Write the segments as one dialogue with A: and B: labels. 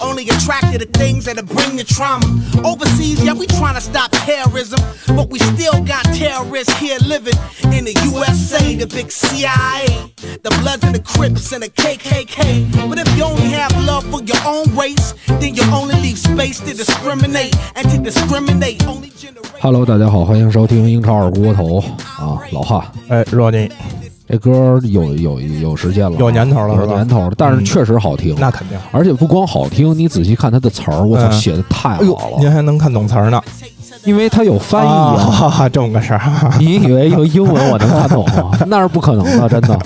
A: Only attracted to things that'll bring the trauma. Overseas, yeah, we trying to stop terrorism, but we still got terrorists here living in the USA, the big CIA, the Bloods and the Crips and the KKK. But if you only have love for your own race, then you only leave space to discriminate, and to discriminate only generate.
B: Hello，大家好，欢迎收听英超二锅头啊，老汉，
C: 哎，Ronnie，
B: 这歌有有有时间了啊，
C: 有年头了
B: 有
C: 是吧
B: 年头了，但是
C: 嗯
B: 确实好听，
C: 那肯定。
B: 而且不光好听，你仔细看它的词儿，我操，
C: 嗯
B: 写的太
C: 哎
B: 好
C: 呦，
B: 了
C: 您，还能看懂词儿呢？
B: 因为它有翻译啊。
C: 啊，这么个事儿。
B: 你以为用英文我能看懂吗？那是不可能啊的，真 的。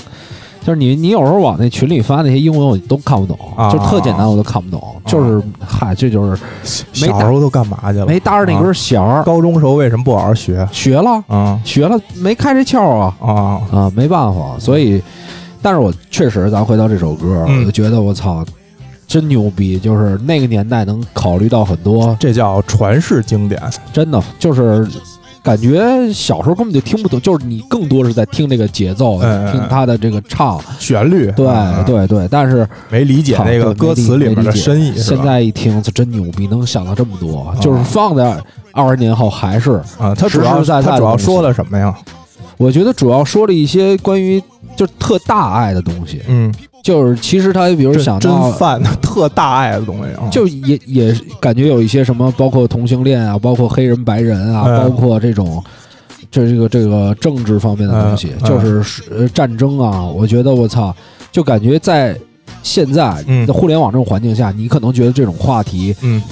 B: 就是你，你有时候往那群里发那些英文，我都看不懂，
C: 啊
B: 就特简单，我都看不懂。就是嗨，这就是没
C: 小时候都干嘛去了？啊
B: 没搭着那根弦儿，
C: 高中时候为什么不好好学？
B: 学了
C: 啊
B: 学了没开这窍啊
C: 啊，
B: 啊，没办法。所以，但是我确实，咱回到这首歌，
C: 嗯
B: 我就觉得我操，真牛逼！就是那个年代能考虑到很多，
C: 这叫传世经典。
B: 真的就是。感觉小时候根本就听不懂，就是你更多是在听这个节奏，
C: 嗯嗯嗯
B: 听他的这个唱，
C: 旋律，
B: 对
C: 嗯，
B: 对对，但是
C: 没理解
B: 操
C: 那
B: 对
C: 个歌词里面
B: 没
C: 的
B: 理解
C: 深意是
B: 现
C: 吧？哦
B: 在一听，这真牛逼，能想到这么多，就是放在二十年后还是，
C: 啊，他主要
B: 实实在在的
C: 他主要
B: 东西
C: 说了什么呀？
B: 我觉得主要说了一些关于就是特大爱的东西，
C: 嗯，
B: 就是其实他比如
C: 真
B: 想
C: 真
B: 到。
C: 犯 特大爱的东西啊，
B: 就也也感觉有一些什么，包括同性恋啊，包括黑人白人啊，
C: 嗯
B: 包括这种，这这个这个政治方面的东西，
C: 嗯嗯
B: 就是呃战争啊。我觉得我操，就感觉在现在
C: 嗯
B: 在互联网这种环境下，你可能觉得这种话题
C: 嗯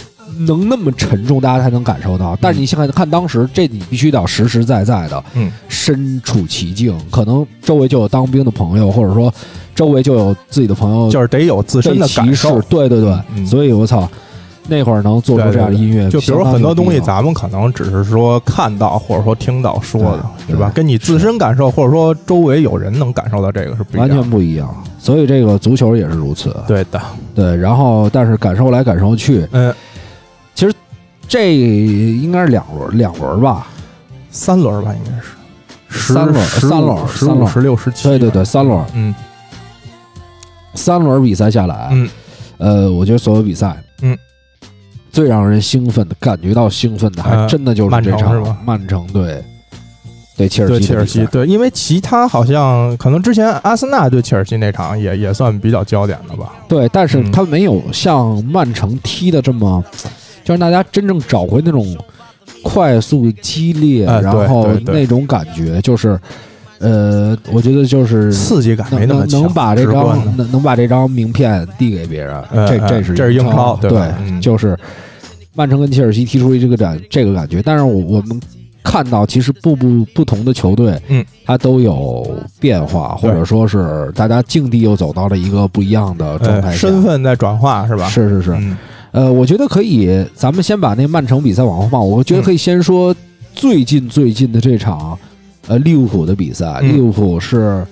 B: 能那么沉重，大家才能感受到。但是你想想看当时，这你必须得要实实在在的
C: 嗯
B: 身处其境，可能周围就有当兵的朋友，或者说周围就有自己的朋友
C: 就是得有自身
B: 被
C: 的
B: 歧
C: 感
B: 视
C: 受。。
B: 对对对
C: 嗯，嗯
B: 所以我操，那会儿能做出
C: 对对
B: 这样的音乐，
C: 就比如
B: 呃相当
C: 很多
B: 牛逼
C: 东西，
B: 了
C: 咱们可能只是说看到或者说听到说的，
B: 对
C: 是吧？
B: 对
C: 跟你自身感受或者说周围有人能感受到这个是不一
B: 完
C: 样的。
B: 全不一样。所以这个足球也是如此。
C: 对的，
B: 嗯对，然后但是感受来感受去，
C: 嗯，
B: 这应该是两轮两轮吧？
C: 三轮吧，应该是十
B: 三轮
C: 十
B: 三轮
C: 五、十
B: 三
C: 五、
B: 轮
C: 十六、十七。
B: 对对对，，三轮
C: 嗯
B: 三轮比赛下来，
C: 嗯，
B: 呃，我觉得所有比赛，
C: 嗯，
B: 最让人兴奋的，感觉到兴奋的，还
C: 呃
B: 真的就是
C: 曼
B: 这
C: 城
B: 场
C: 是吧
B: 曼城对对切尔西
C: 对
B: 的
C: 切尔
B: 比赛
C: 西，对，因为其他好像可能之前阿森纳对切尔西那场也也算比较焦点的吧。
B: 对，但是
C: 嗯
B: 他没有像曼城踢的这么，就让大家真正找回那种快速激烈，
C: 哎对
B: 然后
C: 对对
B: 那种感觉，就是，呃，我觉得就是
C: 刺激感哎没
B: 能
C: 那么
B: 能
C: 强，
B: 能把这
C: 直观的
B: 张能能把这张名片递给别人，
C: 嗯
B: 这
C: 嗯
B: 这是
C: 这是英
B: 超，
C: 超
B: 对
C: 对吧嗯
B: 就是曼城跟切尔西踢出这个感这个感觉，但是我我们。看到其实不不不同的球队，
C: 嗯，
B: 它都有变化，或
C: 对
B: 者说是大家境地又走到了一个不一样的状态下，
C: 呃身份在转化是吧？
B: 是是是，
C: 嗯
B: 呃，我觉得可以，咱们先把那曼城比赛往后放，我
C: 嗯
B: 觉得可以先说最近最近的这场，呃，利物浦的比赛，
C: 嗯
B: 利物浦是，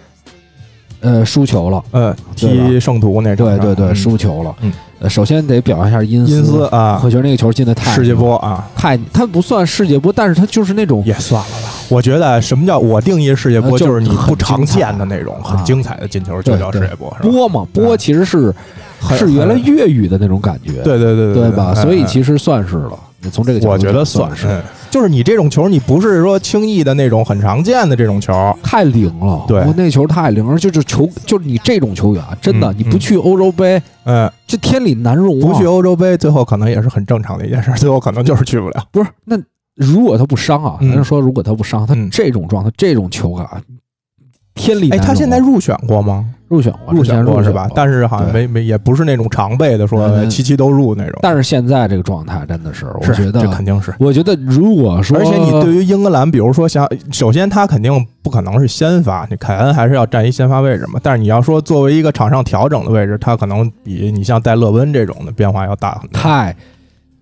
B: 呃，输球了，
C: 呃，
B: 对
C: 踢圣徒那场
B: 对
C: 是吧，
B: 对对，
C: 嗯
B: 输球了。
C: 嗯
B: 呃，首先得表扬一下因
C: 因斯
B: 斯，
C: 啊，
B: 我觉得那个球进的太
C: 世界波啊，
B: 太，他不算世界波，但是他就是那种
C: 也算了吧。我觉得什么叫我定义世界
B: 呃
C: 波，
B: 就是
C: 就是你
B: 很
C: 不常
B: 精彩
C: 见的那种
B: 啊
C: 很精彩的进球，
B: 对
C: 就叫世
B: 对
C: 界波，是吧？
B: 波嘛，波
C: 啊对
B: 其实是
C: 很
B: 是原来
C: 很
B: 粤语的那种感觉，
C: 对对对
B: 对吧？所以
C: 实
B: 其实算是了，你从这个角度
C: 我觉得
B: 讲
C: 算
B: 是，
C: 嗯就是你这种球，你不是说轻易的那种很常见的这种球，
B: 太灵了，
C: 对
B: 我那球太灵了，就就球就是你这种球员，啊真的、
C: 嗯
B: 你不去欧洲杯，
C: 嗯，
B: 这天理难容啊！
C: 不去欧洲杯，最后可能也是很正常的一件事，最后可能就是去不了。
B: 不是那如果他不伤啊，
C: 嗯
B: 咱就说如果他不伤，他
C: 嗯
B: 这种状态、这种球感，天理难
C: 哎，
B: 容啊。
C: 他现在入选过吗？
B: 入选过，
C: 入
B: 之前
C: 选
B: 入
C: 过是吧？但是好像
B: 对
C: 没没也不是那种常备的
B: 嗯
C: 说
B: 嗯
C: 七七都入那种，
B: 但是现在这个状态真的是，我
C: 是
B: 觉
C: 这
B: 得，
C: 肯定是。
B: 我觉得如果说，
C: 而且你对于英格兰，比如说像，首先他肯定不可能是先发，你凯恩还是要占一先发位置嘛。但是你要说作为一个场上调整的位置，他可能比你像戴勒温这种的变化要大很多。
B: 太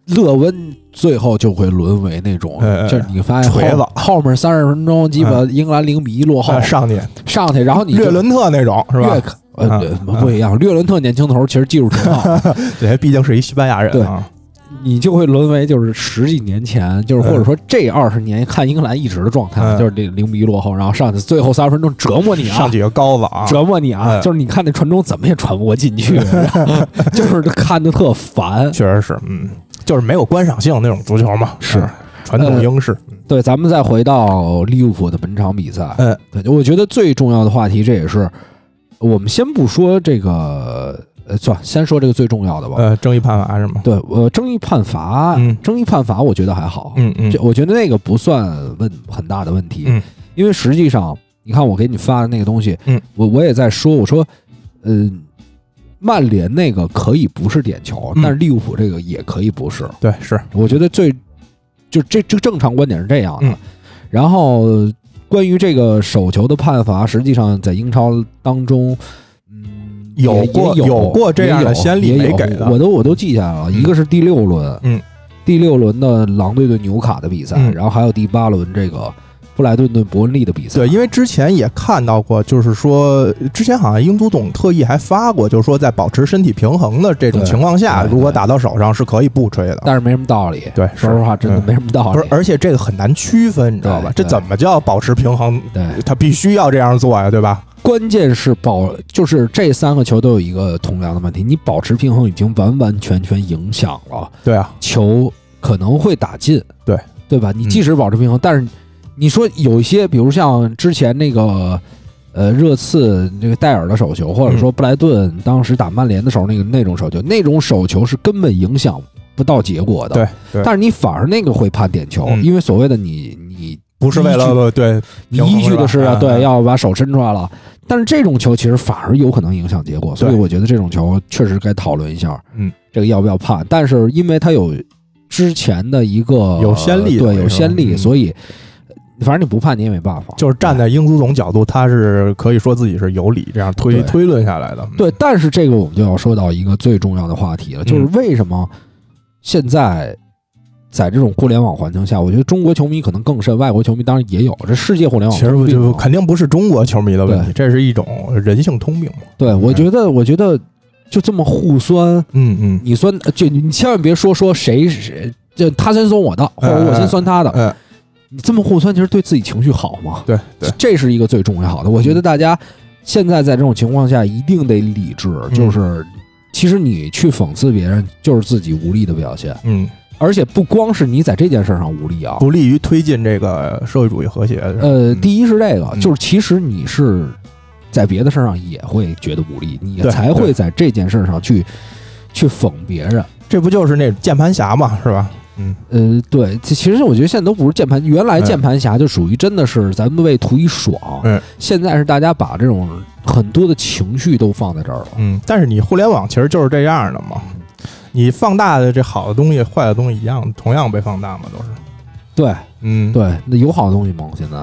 B: 勒温最后就会沦为那种，
C: 哎哎
B: 就是你发现后
C: 锤子
B: 后面三十分钟，基本英格兰零比一落后、
C: 啊上去
B: 上去，然后你就
C: 略伦特那种是
B: 略
C: 吧？
B: 可呃
C: 嗯
B: 对
C: 嗯
B: 不一样，略伦特年轻头儿其实技术挺好，
C: 对，毕竟是一西班牙人啊。
B: 你就会沦为就是十几年前，就是
C: 哎
B: 或者说这二十年看英格兰一直的状态，
C: 嗯
B: 就是这零比一落后，然后上去最后三十分钟折磨你啊
C: 上，几个高子啊，
B: 折磨你啊，
C: 嗯
B: 就是你看那传中怎么也传不过进去，然后 就是看的特烦。
C: 确实是，嗯，就是没有观赏性那种足球嘛，
B: 是呃
C: 嗯传统英式，
B: 对，咱们再回到利物浦的本场比赛，
C: 嗯
B: 对，我觉得最重要的话题，这也是我们先不说这个，呃，算先说这个最重要的吧。
C: 呃，争议判罚是吗？
B: 对，呃，争议判罚，
C: 嗯
B: 争议判罚，我觉得还好，
C: 嗯嗯
B: 这我觉得那个不算问很大的问题，
C: 嗯
B: 因为实际上，你看我给你发的那个东西，
C: 嗯，
B: 我我也在说，我说，嗯、曼联那个可以不是点球，
C: 嗯
B: 但是利物浦这个也可以不是，
C: 对是，
B: 我觉得最就这这正常观点是这样的。
C: 嗯
B: 然后关于这个手球的判罚，实际上在英超当中，嗯，
C: 有
B: 也也
C: 过
B: 有
C: 有过这样
B: 也
C: 的
B: 有
C: 先例
B: 也有
C: 没给的
B: 我都我都记下来了。
C: 嗯
B: 一个是第六轮，
C: 嗯，
B: 第六轮的狼队对纽卡的比赛，
C: 嗯
B: 然后还有第八轮这个布莱顿对伯恩利的比赛。
C: 对，因为之前也看到过，就是说之前好像英足总特意还发过，就是说在保持身体平衡的这种
B: 对哎
C: 情况下，
B: 对
C: 如果
B: 对
C: 打到手上是可以不吹的。
B: 但是没什么道理。
C: 对，
B: 说实话，真的
C: 嗯
B: 没什么道
C: 不
B: 理
C: 是，。而且这个很难区分，你知道吧？
B: 对
C: 这
B: 对
C: 怎么叫保持平衡？
B: 对，
C: 他必须要这样做呀，对吧？
B: 关键是保，就是这三个球都有一个同样的问题，你保持平衡已经完完全全影响了
C: 对啊，
B: 球可能会打进，
C: 对
B: 对吧？你
C: 嗯
B: 即使保持平衡，但是你说有一些，比如像之前那个呃热刺那个戴尔的手球，或者
C: 嗯
B: 说布莱顿当时打曼联的时候那个那种手球，那种手球是根本影响不到结果的。
C: 对对，
B: 但是你反而那个会判点球，
C: 嗯
B: 因为所谓的你你
C: 不是为了对
B: 你依据的是啊，
C: 平衡是吧
B: 对，
C: 嗯
B: 要把手伸出来了。但是这种球其实反而有可能影响结果，所以我觉得这种球确实该讨论一下，
C: 嗯，
B: 这个要不要判？但是因为它有之前的一个
C: 有先例
B: 对，
C: 的
B: 有先例，
C: 嗯
B: 所以反正你不判你也没办法。
C: 就是站在英足总角度，他是可以说自己是有理这样推
B: 对
C: 推论下来的。嗯
B: 对，但是这个我们就要说到一个最重要的话题了，就是
C: 嗯
B: 为什么现在。在这种互联网环境下，我觉得中国球迷可能更甚，外国球迷当然也有。这世界互联网
C: 其实
B: 通病
C: 就
B: 嘛
C: 肯定不是中国球迷的问题，这是一种人性通病嘛。
B: 对，我
C: 嗯
B: 觉得，我觉得就这么互酸，
C: 嗯嗯
B: 你酸就你千万别说说谁谁，就他先酸我的，
C: 哎
B: 或者我先酸他的，
C: 嗯，
B: 你这么互酸，其实对自己情绪好吗？
C: 对对，嗯
B: 这是一个最重要的。我觉得大家现在在这种情况下一定得理智，
C: 嗯
B: 就是其实你去讽刺别人，就是自己无力的表现，
C: 嗯，
B: 而且不光是你在这件事上无力啊。
C: 不利于推进这个社会主义和谐。
B: 呃，
C: 嗯
B: 第一是这个，
C: 嗯
B: 就是其实你是在别的事儿上也会觉得无力，你
C: 对
B: 才会在这件事儿上去去讽别人。
C: 这不就是那键盘侠嘛，是吧？嗯，
B: 呃，对，其其实我觉得现在都不是键盘，原来
C: 嗯
B: 键盘侠就属于真的是咱们为图一爽，
C: 嗯
B: 现在是大家把这种很多的情绪都放在这儿了。
C: 嗯，但是你互联网其实就是这样的嘛，你放大的这好的东西、坏的东西一样，同样被放大嘛，都是。
B: 对
C: 嗯，，
B: 对，那有好东西吗？现在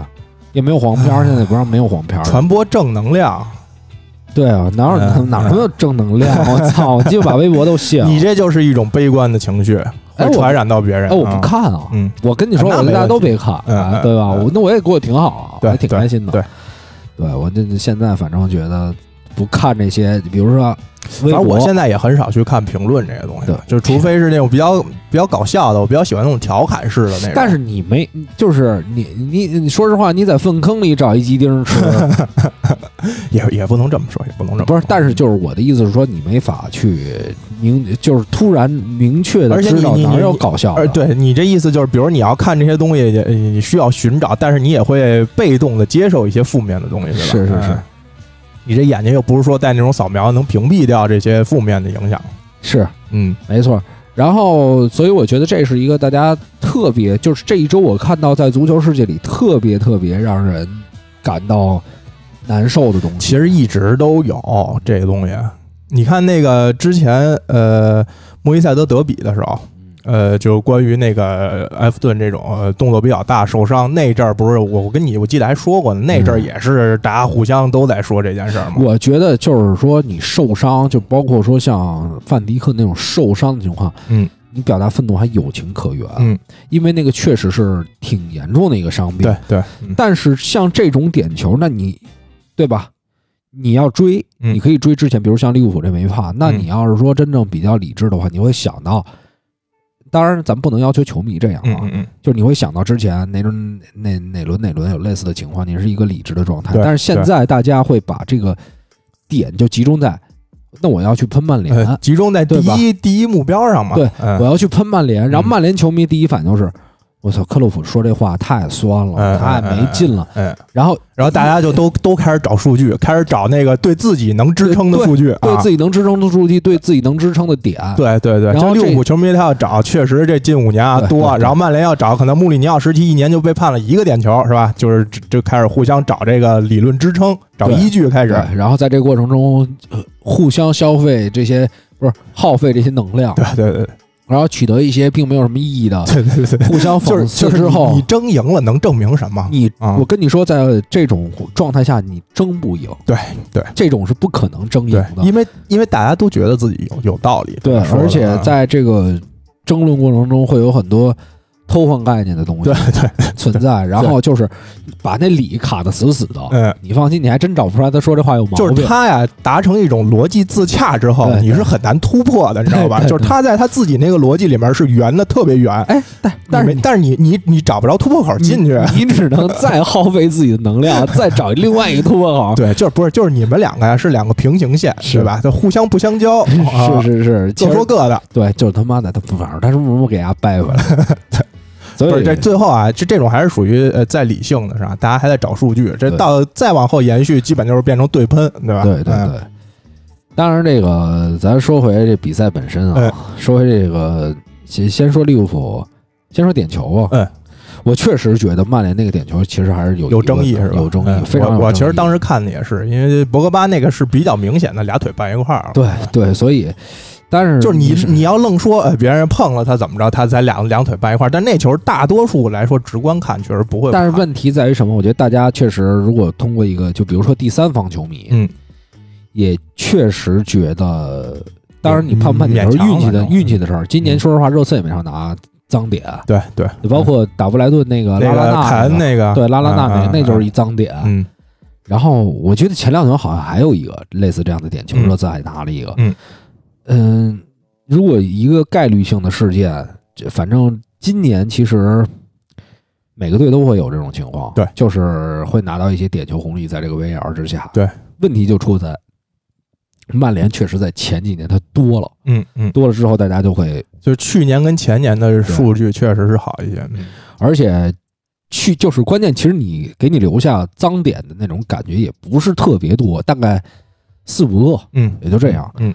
B: 也没有黄片儿，现在也不让没有黄片儿了。
C: 传播正能量，
B: 对啊，哪有、
C: 嗯
B: 哪哪有正能量？我操！ 我鸡巴把微博都卸了。
C: 哎你这就是一种悲观的情绪，
B: 啊哎
C: 会
B: 我
C: 传染到别人。
B: 哎，我不
C: 嗯，
B: 看啊。
C: 嗯，
B: 我跟你说，我
C: 啊那
B: 跟
C: 没
B: 大家都
C: 问题
B: 别看，
C: 嗯
B: 啊
C: 嗯
B: 对吧？
C: 嗯
B: 我那我也过得挺好，啊
C: 对
B: 还挺开心的。
C: 对
B: 对，我这现在反正觉得不看这些，比如说微博，
C: 反正我现在也很少去看评论这些东西
B: 对，
C: 就除非是那种比较比较搞笑的，我比较喜欢那种调侃式的那种。
B: 但是你没，就是你你你说实话，你在粪坑里找一鸡丁 吃，
C: 也也不能这么说，也不能这么说
B: 不是？但是就是我的意思是说，你没法去明，就是突然明确的
C: 而且
B: 知
C: 你
B: 道
C: 你
B: 哪儿
C: 你
B: 有搞笑的
C: 呃，，对你这意思就是，比如你要看这些东西，也你需要寻找，但是你也会被动的接受一些负面的东西，吧？
B: 是是是
C: 嗯你这眼睛又不是说带那种扫描能屏蔽掉这些负面的影响。
B: 是
C: 嗯
B: 没错。然后，所以我觉得这是一个大家特别，就是这一周我看到在足球世界里特别特别让人感到难受的东西。
C: 其实一直都有这个东西。你看那个之前呃莫伊塞德德比的时候，
B: 嗯
C: 呃，就关于那个埃弗顿这种、呃、动作比较大受伤那阵儿，不是我我跟你我记得还说过呢，那阵儿
B: 嗯
C: 也是大家互相都在说这件事儿嘛。
B: 我觉得就是说，你受伤，就包括说像范迪克那种受伤的情况，
C: 嗯，
B: 你表达愤怒还有情可原，
C: 嗯，
B: 因为那个确实是挺严重的一个伤病。
C: 对，对，嗯
B: 但是像这种点球，那你对吧？你要追，
C: 嗯
B: 你可以追之前，比如像利物浦这没判，那
C: 嗯
B: 你要是说真正比较理智的话，你会想到当然，咱们不能要求球迷这样
C: 嗯
B: 啊，
C: 嗯嗯，
B: 就是你会想到之前哪轮哪哪轮哪轮有类似的情况，你是一个理智的状态。
C: 对
B: 但是现
C: 对
B: 在大家会把这个点就集中在，那我要去喷曼联，
C: 呃，集中在第
B: 对吧
C: 一第一目标上嘛。
B: 对
C: 嗯
B: 我要去喷曼联。然后
C: 嗯
B: 曼联球迷第一反应就是，我操，克洛普说这话太酸了，
C: 嗯
B: 太没劲了。
C: 嗯，嗯
B: 然后
C: 然后大家就都都开始找数据，开始找那个对自己能支撑的数据啊。
B: 对自己能支撑的数据，对自己能支撑的点，
C: 对对对，
B: 然后
C: 这利
B: 这
C: 物浦球迷他要找，确实这近五年啊
B: 对
C: 多
B: 对，对
C: 然后曼联要找，可能穆里尼奥时期一年就被判了一个点球，是吧？就是这这开始互相找这个理论支撑，找
B: 对
C: 依据开
B: 对
C: 始。
B: 然后在这个过程中，呃互相消费这些不是耗费这些能量，
C: 对对对
B: 然后取得一些并没有什么意义的
C: 对对对对，
B: 互相
C: 就
B: 讽
C: 是
B: 刺
C: 就是
B: 之
C: 你
B: 后，
C: 你争赢了能证明什么？
B: 你
C: 啊
B: 我跟你说，在这种状态下，你争不赢。
C: 对对，
B: 这种是不可能争赢
C: 对
B: 的，。
C: 因为因为大家都觉得自己有有道理，
B: 对，
C: 说的
B: 而且
C: 嗯
B: 在这个争论过程中，会有很多偷换概念的东西
C: 对对，
B: 存在，然后就是把那理卡的死死的。
C: 嗯。
B: 你放心，你还真找不出来他说这话有毛
C: 就是
B: 病。
C: 他呀，达成一种逻辑自洽之后，
B: 对
C: 你
B: 对
C: 是很难突破的，你知道吧？
B: 对对
C: 就是他在他自己那个逻辑里面是圆的，特别圆，
B: 哎，但但是嗯
C: 你没但是你你你找不着突破口进去，
B: 你你只 能再耗费自己的能量，再找另外一个突破口。
C: 对，就是不是就是你们两个呀是两个平行线，
B: 是
C: 对吧？就互相不相交，啊
B: 是是是，其
C: 各
B: 实
C: 说各的。
B: 对，就是他妈的，他不玩儿，他是不是给他掰 回来？所
C: 不
B: 以
C: 是这最后啊，这这种还是属于呃在理性的是吧？大家还在找数据，
B: 对
C: 这到再往后延续，基本就是变成对喷，对吧？嗯
B: 对对对。当然，这个咱说回这比赛本身
C: 哎
B: 啊，说回这个先先说利物浦，先说点球啊。
C: 嗯，
B: 我确实觉得曼联那个点球其实还是有
C: 有
B: 疑
C: 争
B: 问
C: 议
B: 的
C: 是吧？
B: 有争
C: 嗯
B: 议，非常有
C: 我我
B: 争
C: 其实
B: 议
C: 当时看的也是，因为博格巴那个是比较明显的，俩腿拌一块儿了。
B: 对对，所以但是
C: 就是你，你要愣说，呃，别人碰了他怎么着，他才两两腿拌一块儿。但那球大多数来说，直观看确实不会 判。
B: 但是问题在于什么？我觉得大家确实如果通过一个，就比如说第三方球迷，
C: 嗯，
B: 也确实觉得，当然你判不判点球
C: 勉
B: 是
C: 强
B: 运气的
C: 反正
B: 运气的事儿。今年
C: 嗯
B: 说实话，热刺也没少拿脏点，啊
C: 对对，
B: 包括打布莱顿那个
C: 嗯那
B: 拉拉
C: 个
B: 纳
C: 凯
B: 那
C: 恩
B: 个
C: 那个，
B: 对拉拉纳
C: 嗯
B: 那
C: 嗯
B: 那就是一脏点。
C: 嗯
B: 然后我觉得前两轮好像还有一个类似这样的点球，
C: 嗯
B: 热刺还拿了一个。
C: 嗯
B: 嗯如果一个概率性的事件，这反正今年其实每个队都会有这种情况，
C: 对
B: 就是会拿到一些点球红利在这个 VAR 之下。
C: 对，
B: 问题就出在曼联确实在前几年它多了，
C: 嗯嗯，
B: 多了之后大家就会，
C: 就是去年跟前年的数据确实是好一些。嗯
B: 而且。去就是关键，其实你给你留下脏点的那种感觉也不是特别多，大概四五个，
C: 嗯，
B: 也就这样。
C: 嗯，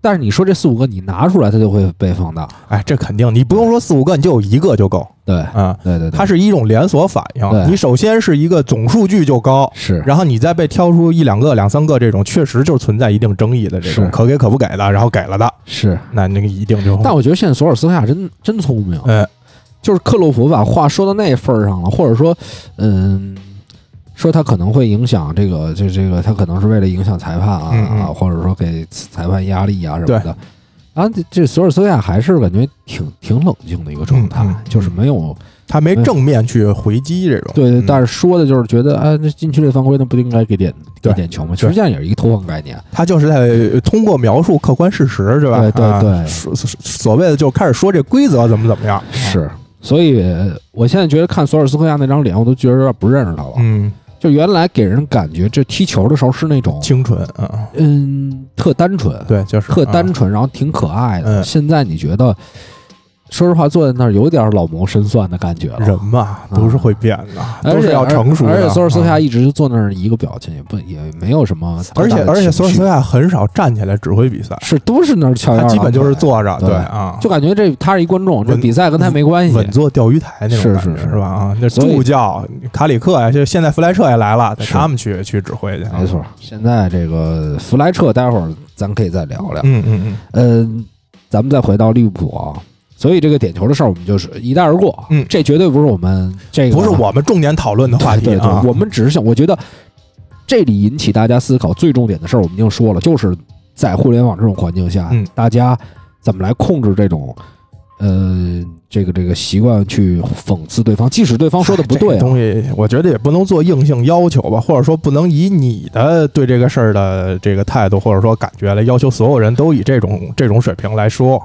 B: 但是你说这四五个你拿出来，它就会被放大。
C: 哎，这肯定，你不用说四五个，你就有一个就够
B: 对，
C: 啊。
B: 对对对，
C: 它是一种连锁反
B: 对
C: 应，你首先是一个总数据就高，
B: 是
C: 然后你再被挑出一两个、两三个这种，确实就是存在一定争议的这
B: 是
C: 种可给可不给的，然后给了的，
B: 是。
C: 那那个一定就
B: 但我觉得现在索尔斯克亚真真聪明，
C: 呃
B: 就是克洛普把话说到那份儿上了，或者说，嗯，说他可能会影响这个，这这个他可能是为了影响裁判啊，
C: 嗯嗯
B: 或者说给裁判压力啊什么
C: 对
B: 的。然后这这索尔斯克亚还是感觉挺挺冷静的一个状态，
C: 嗯嗯
B: 就是没有
C: 他没正面去回击这种。
B: 对对，
C: 嗯
B: 但是说的就是觉得，哎，那禁区里犯规，那不应该给点给
C: 对
B: 点球吗？其实这样也是一个偷换概念。
C: 他就是在通过描述客观事实，是吧？
B: 对对
C: 啊
B: 对
C: 所所所谓的就开始说这规则怎么怎么样。
B: 是，所以呃我现在觉得看索尔斯克亚那张脸，我都觉得有点不认识他了。
C: 嗯，
B: 就原来给人感觉，这踢球的时候是那种，
C: 清纯啊，
B: 嗯，特单纯，
C: 对，就是
B: 特
C: 啊
B: 单纯，然后挺可爱的。
C: 嗯
B: 现在你觉得，说实话，坐在那儿有点老谋深算的感觉了。
C: 啊人嘛，都是会变的，都
B: 啊而且
C: 是要成熟的。
B: 而且索尔斯克亚
C: 啊
B: 一直就坐那儿一个表情，也不也没有什么特
C: 而
B: 大
C: 且
B: 的情绪，
C: 而且索尔斯克亚很少站起来指挥比赛，
B: 是都是那儿翘
C: 他
B: 二
C: 基本就是
B: 坐。
C: 坐着，
B: 对
C: 对啊，
B: 就感觉这他是一观众，这
C: 稳
B: 比赛跟他没关系。
C: 稳坐钓鱼台那种感
B: 是
C: 觉
B: 是是
C: 吧？啊，那
B: 所以
C: 助教卡里克呀，就现在弗莱彻也来了，得
B: 是
C: 他们去去指挥去。啊
B: 没，错，现在这个弗莱彻，待会儿咱可以再聊聊。
C: 嗯嗯嗯
B: 嗯，咱们再回到利物浦啊，所以这个点球的事儿我们就是一带而过啊。
C: 嗯
B: 这绝对不是我们这，个啊
C: 不是我们重点讨论的话题
B: 对对对
C: 啊，
B: 我们只是想，我觉得这里引起大家思考最重点的事儿，我们已经说了，就是在互联网这种环境下，
C: 嗯
B: 大家怎么来控制这种。呃，这个这个习惯去讽刺对方，即使对方说的不对、
C: 这
B: 啊，
C: 东西我觉得也不能做硬性要求吧，或者说不能以你的对这个事儿的这个态度或者说感觉来要求所有人都以这种这种水平来说。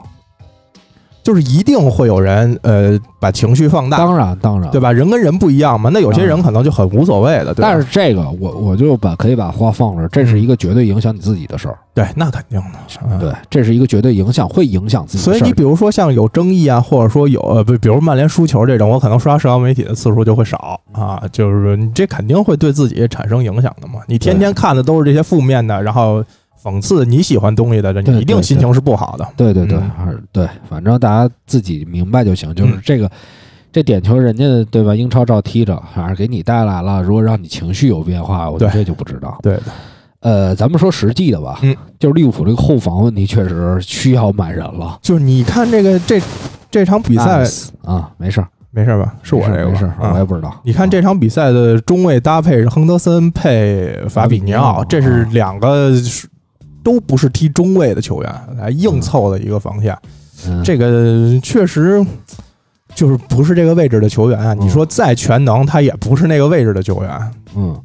C: 就是一定会有人呃把情绪放大，
B: 当然当然
C: 对。吧？人跟人不一样嘛，那有些人可能就很无所谓的，对吧
B: 但是这个我我就把可以把话放这儿，这是一个绝对影响你自己的事儿，
C: 对，那肯定的，嗯
B: 对，这是一个绝对影响会影响自己
C: 所
B: 的
C: 以
B: 嗯事
C: 你
B: 儿。
C: 比如说像有争议啊，或者说有呃不，比如曼联输球这种，我可能刷社交媒体的次数就会少啊，就是你这肯定会对自己产生影响的嘛。你天天看的都是这些负面的，然后讽刺你喜欢东西的人，
B: 对
C: 你一定心情是不好的。
B: 对对对，
C: 嗯
B: 还是对，反正大家自己明白就行。就是
C: 嗯
B: 这个，这点球人家对吧？英超照踢着，反正给你带来了。如果让你情绪有变化，我觉得
C: 对
B: 这就不知道。
C: 对的，
B: 呃，咱们说实际的吧，
C: 嗯
B: 就是利物浦这个后防问题确实需要买人了。
C: 就是你看这个这这场比赛
B: Nice 啊，没事儿，
C: 没事吧？是我这个
B: 没事
C: 吧
B: 儿，？我
C: 啊
B: 也不知道。
C: 你看这场比赛的中卫搭配是亨德森配法比尼奥，这是
B: 嗯
C: 两个都不是踢中卫的球员来硬凑的一个防线。
B: 嗯
C: 这个确实就是不是这个位置的球员啊。
B: 嗯
C: 你说再全能，他也不是那个位置的球员。
B: 嗯，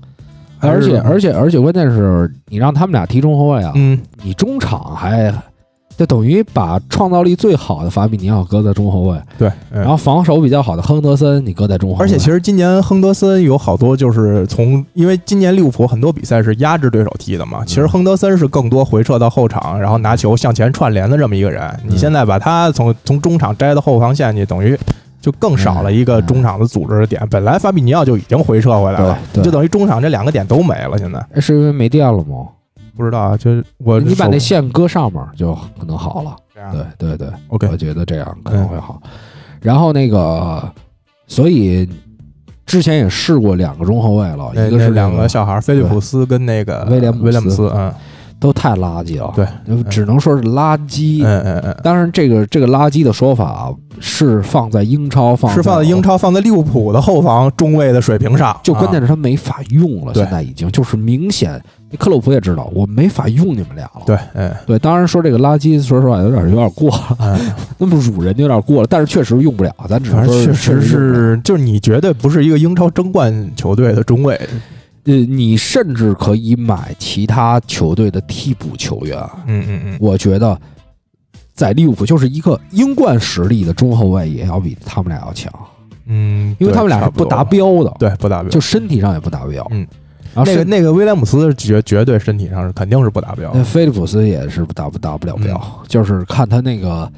C: 还
B: 而
C: 是
B: 且而且而且，关键是你让他们俩踢中后卫啊，
C: 嗯，
B: 你中场还就等于把创造力最好的法比尼奥搁在中后卫，
C: 对。嗯
B: 然后防守比较好的亨德森你搁在中后卫，
C: 而且其实今年亨德森有好多就是从，因为今年利物浦很多比赛是压制对手踢的
B: 嗯
C: 嘛。其实亨德森是更多回撤到后场，然后拿球向前串联的这么一个人。
B: 嗯
C: 你现在把他从从中场摘到后防线去，等于就更少了一
B: 嗯
C: 个中场的组织的点。本来法比尼奥就已经回撤回来了，
B: 对对
C: 就等于中场这两个点都没了。现在
B: 是因为没电了吗？
C: 不知道啊，就是我
B: 你把
C: 手啊
B: 那线搁上面就可能好了。
C: 这样
B: 对对对，
C: OK
B: 我觉得这样可能会好。然后那个，所以之前也试过两个中后卫了，
C: 那
B: 一个是
C: 哎那两
B: 个
C: 个小孩儿，菲利普斯跟那个
B: 威廉姆斯
C: 威廉姆斯，嗯
B: 都太垃圾了，
C: 对哎
B: 对，只能说是垃圾。
C: 嗯嗯嗯
B: 当然，这个这个垃圾的说法啊是放在英超，放
C: 嗯，是放在英，超，放在利物浦的后防中卫的水平上，
B: 就关键
C: 啊
B: 是他没法用了。
C: 对
B: 现在已经就是明显，克洛普也知道我没法用你们俩了。
C: 对，嗯
B: 对，当然说这个垃圾，说实话有点有点过了，
C: 嗯，
B: 那么辱人就有点过了，但是确实用不了，咱只能
C: 反
B: 说
C: 正确实
B: 用不了
C: 是，就是你绝对不是一个英超争冠球队的中卫，
B: 呃，你甚至可以买其他球队的替补球员。啊
C: 嗯嗯嗯，
B: 我觉得在利物浦就是一个英冠实力的中后卫，也要比他们俩要强，
C: 嗯，
B: 因为
C: 对
B: 他们俩是
C: 差不
B: 不
C: 多
B: 达标的，
C: 对，不达标，
B: 就身体上也不达标。
C: 嗯，
B: 然后
C: 那个
B: 身
C: 那个威廉姆斯是绝绝对身体上是肯定是不达标，
B: 那呃菲利普斯也是达不达不了
C: 嗯
B: 标，就是看他那个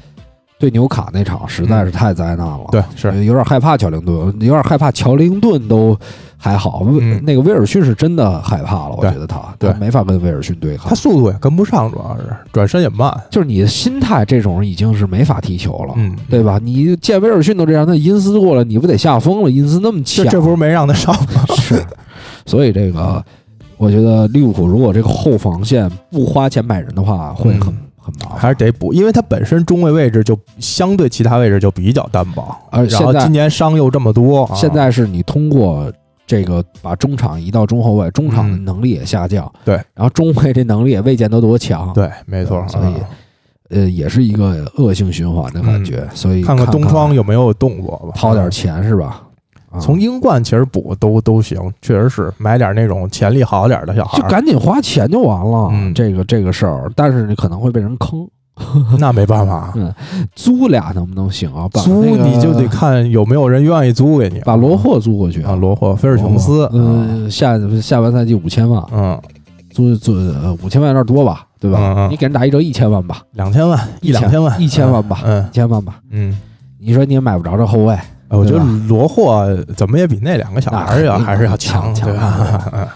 B: 对纽卡那场实在是太灾难了。
C: 嗯对，是，
B: 有点害怕乔林顿，有点害怕乔林顿都还好，
C: 嗯
B: 那个威尔逊是真的害怕了，我
C: 对
B: 觉得他
C: 对
B: 他没法跟威尔逊对抗
C: 他，速度也跟不上，主要是转身也慢，
B: 就是你的心态这种已经是没法踢球了，
C: 嗯，
B: 对吧？你见威尔逊都这样，那因斯过来你不得吓疯了？因斯那么
C: 这
B: 强，
C: 这不是没让他上吗？
B: 是，所以这个我觉得利物浦如果这个后防线不花钱买人的话，会很、很麻
C: 还
B: 烦。
C: 是得补，因为他本身中卫位置就相对其他位置就比较单薄，
B: 而
C: 然后
B: 现在
C: 今年伤又这么多，啊
B: 现在是你通过这个把中场移到中后卫，中场的
C: 嗯
B: 能力也下降，
C: 对
B: 然后中卫这能力也未见得多强，，
C: 对，没错，
B: 所以
C: 嗯
B: 呃，也是一个恶性循环的感觉，所以
C: 嗯看
B: 看
C: 看东窗有没有动作吧，
B: 掏点。钱是吧？啊
C: 从英冠其实补都都行，确实是买点那种潜力好点的小孩
B: 就
C: 儿，
B: 赶紧花钱就完了，
C: 嗯
B: 这个这个事儿，但是你可能会被人坑。
C: 那没办法，
B: 租俩能不能行啊？把
C: 租
B: 那个
C: 你就得看有没有人愿意租给你。
B: 把罗霍租过去
C: 啊，罗霍、菲尔琼斯，啊
B: 嗯，下下半赛季五千万，
C: 嗯，
B: 租租呃五千万有点多吧，对吧？
C: 嗯嗯
B: 你给人打一折一千万吧，
C: 两千万，一两万，
B: 一千万吧，
C: 嗯
B: 一千万吧。
C: 嗯，
B: 你说你也买不着这后卫，
C: 哎我觉得
B: 对
C: 罗霍怎么也比那两个小孩儿
B: 那
C: 要
B: 肯定
C: 还是要强，
B: 强啊
C: 对吧？嗯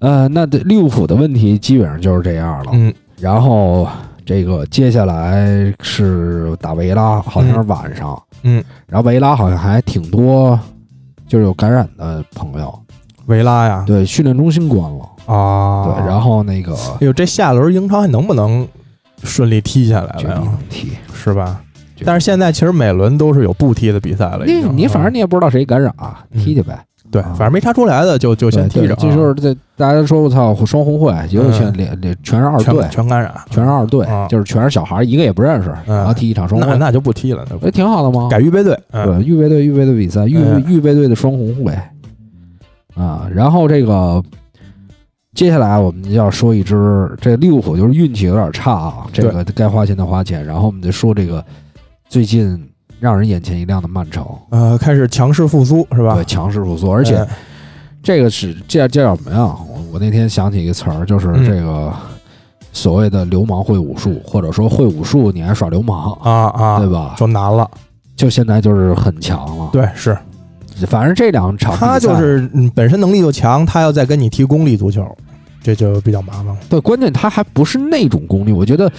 B: 呃，那对利物浦的问题基本上就是这样了。
C: 嗯
B: 然后这个接下来是打维拉，好像是晚上，
C: 嗯，
B: 然后维拉好像还挺多，就是有感染的朋友，
C: 维拉呀，
B: 对，训练中心关了，
C: 啊，
B: 对，然后那个
C: 哎呦，这下轮英超还能不能顺利踢下来
B: 绝对
C: 了呀？
B: 能踢，
C: 是吧
B: 绝？
C: 但是现在其实每轮都是有不踢的比赛了，已
B: 你
C: 经
B: 你反正
C: 嗯
B: 你也不知道谁感染、啊，
C: 嗯
B: 踢去呗，
C: 对，反正没查出来的就就先踢
B: 对
C: 着
B: 对
C: 啊，
B: 这就是这大家说我操双红会，结果全
C: 嗯
B: 连连全是二队
C: 全，全感染，
B: 全是二队
C: 啊，
B: 就是全是小孩，一个也不认识，
C: 嗯
B: 然后踢一场双
C: 那
B: 红会，
C: 那就不踢了，那不
B: 哎，挺好的吗？
C: 改预备队，嗯
B: 对，预备队预备队比赛，预备
C: 嗯
B: 预备队的双红会啊，然后这个接下来我们要说一支，这利物浦就是运气有点差啊，这个该花钱的花钱，然后我们就说这个最近让人眼前一亮的曼城，
C: 呃，开始强势复苏是吧
B: 对，？强势复苏，而且
C: 呃
B: 这个是这这叫什么呀？我我那天想起一个词儿，就是
C: 嗯
B: 这个所谓的流氓会武术，或者说会武术你还耍流氓，
C: 啊啊，
B: 对吧？
C: 就难了。
B: 就现在就是很强了。
C: 对，是
B: 反正这两场
C: 他
B: 比赛
C: 就是嗯本身能力就强，他要再跟你踢功利足球，这就比较麻烦了。
B: 对，关键他还不是那种功力，我觉得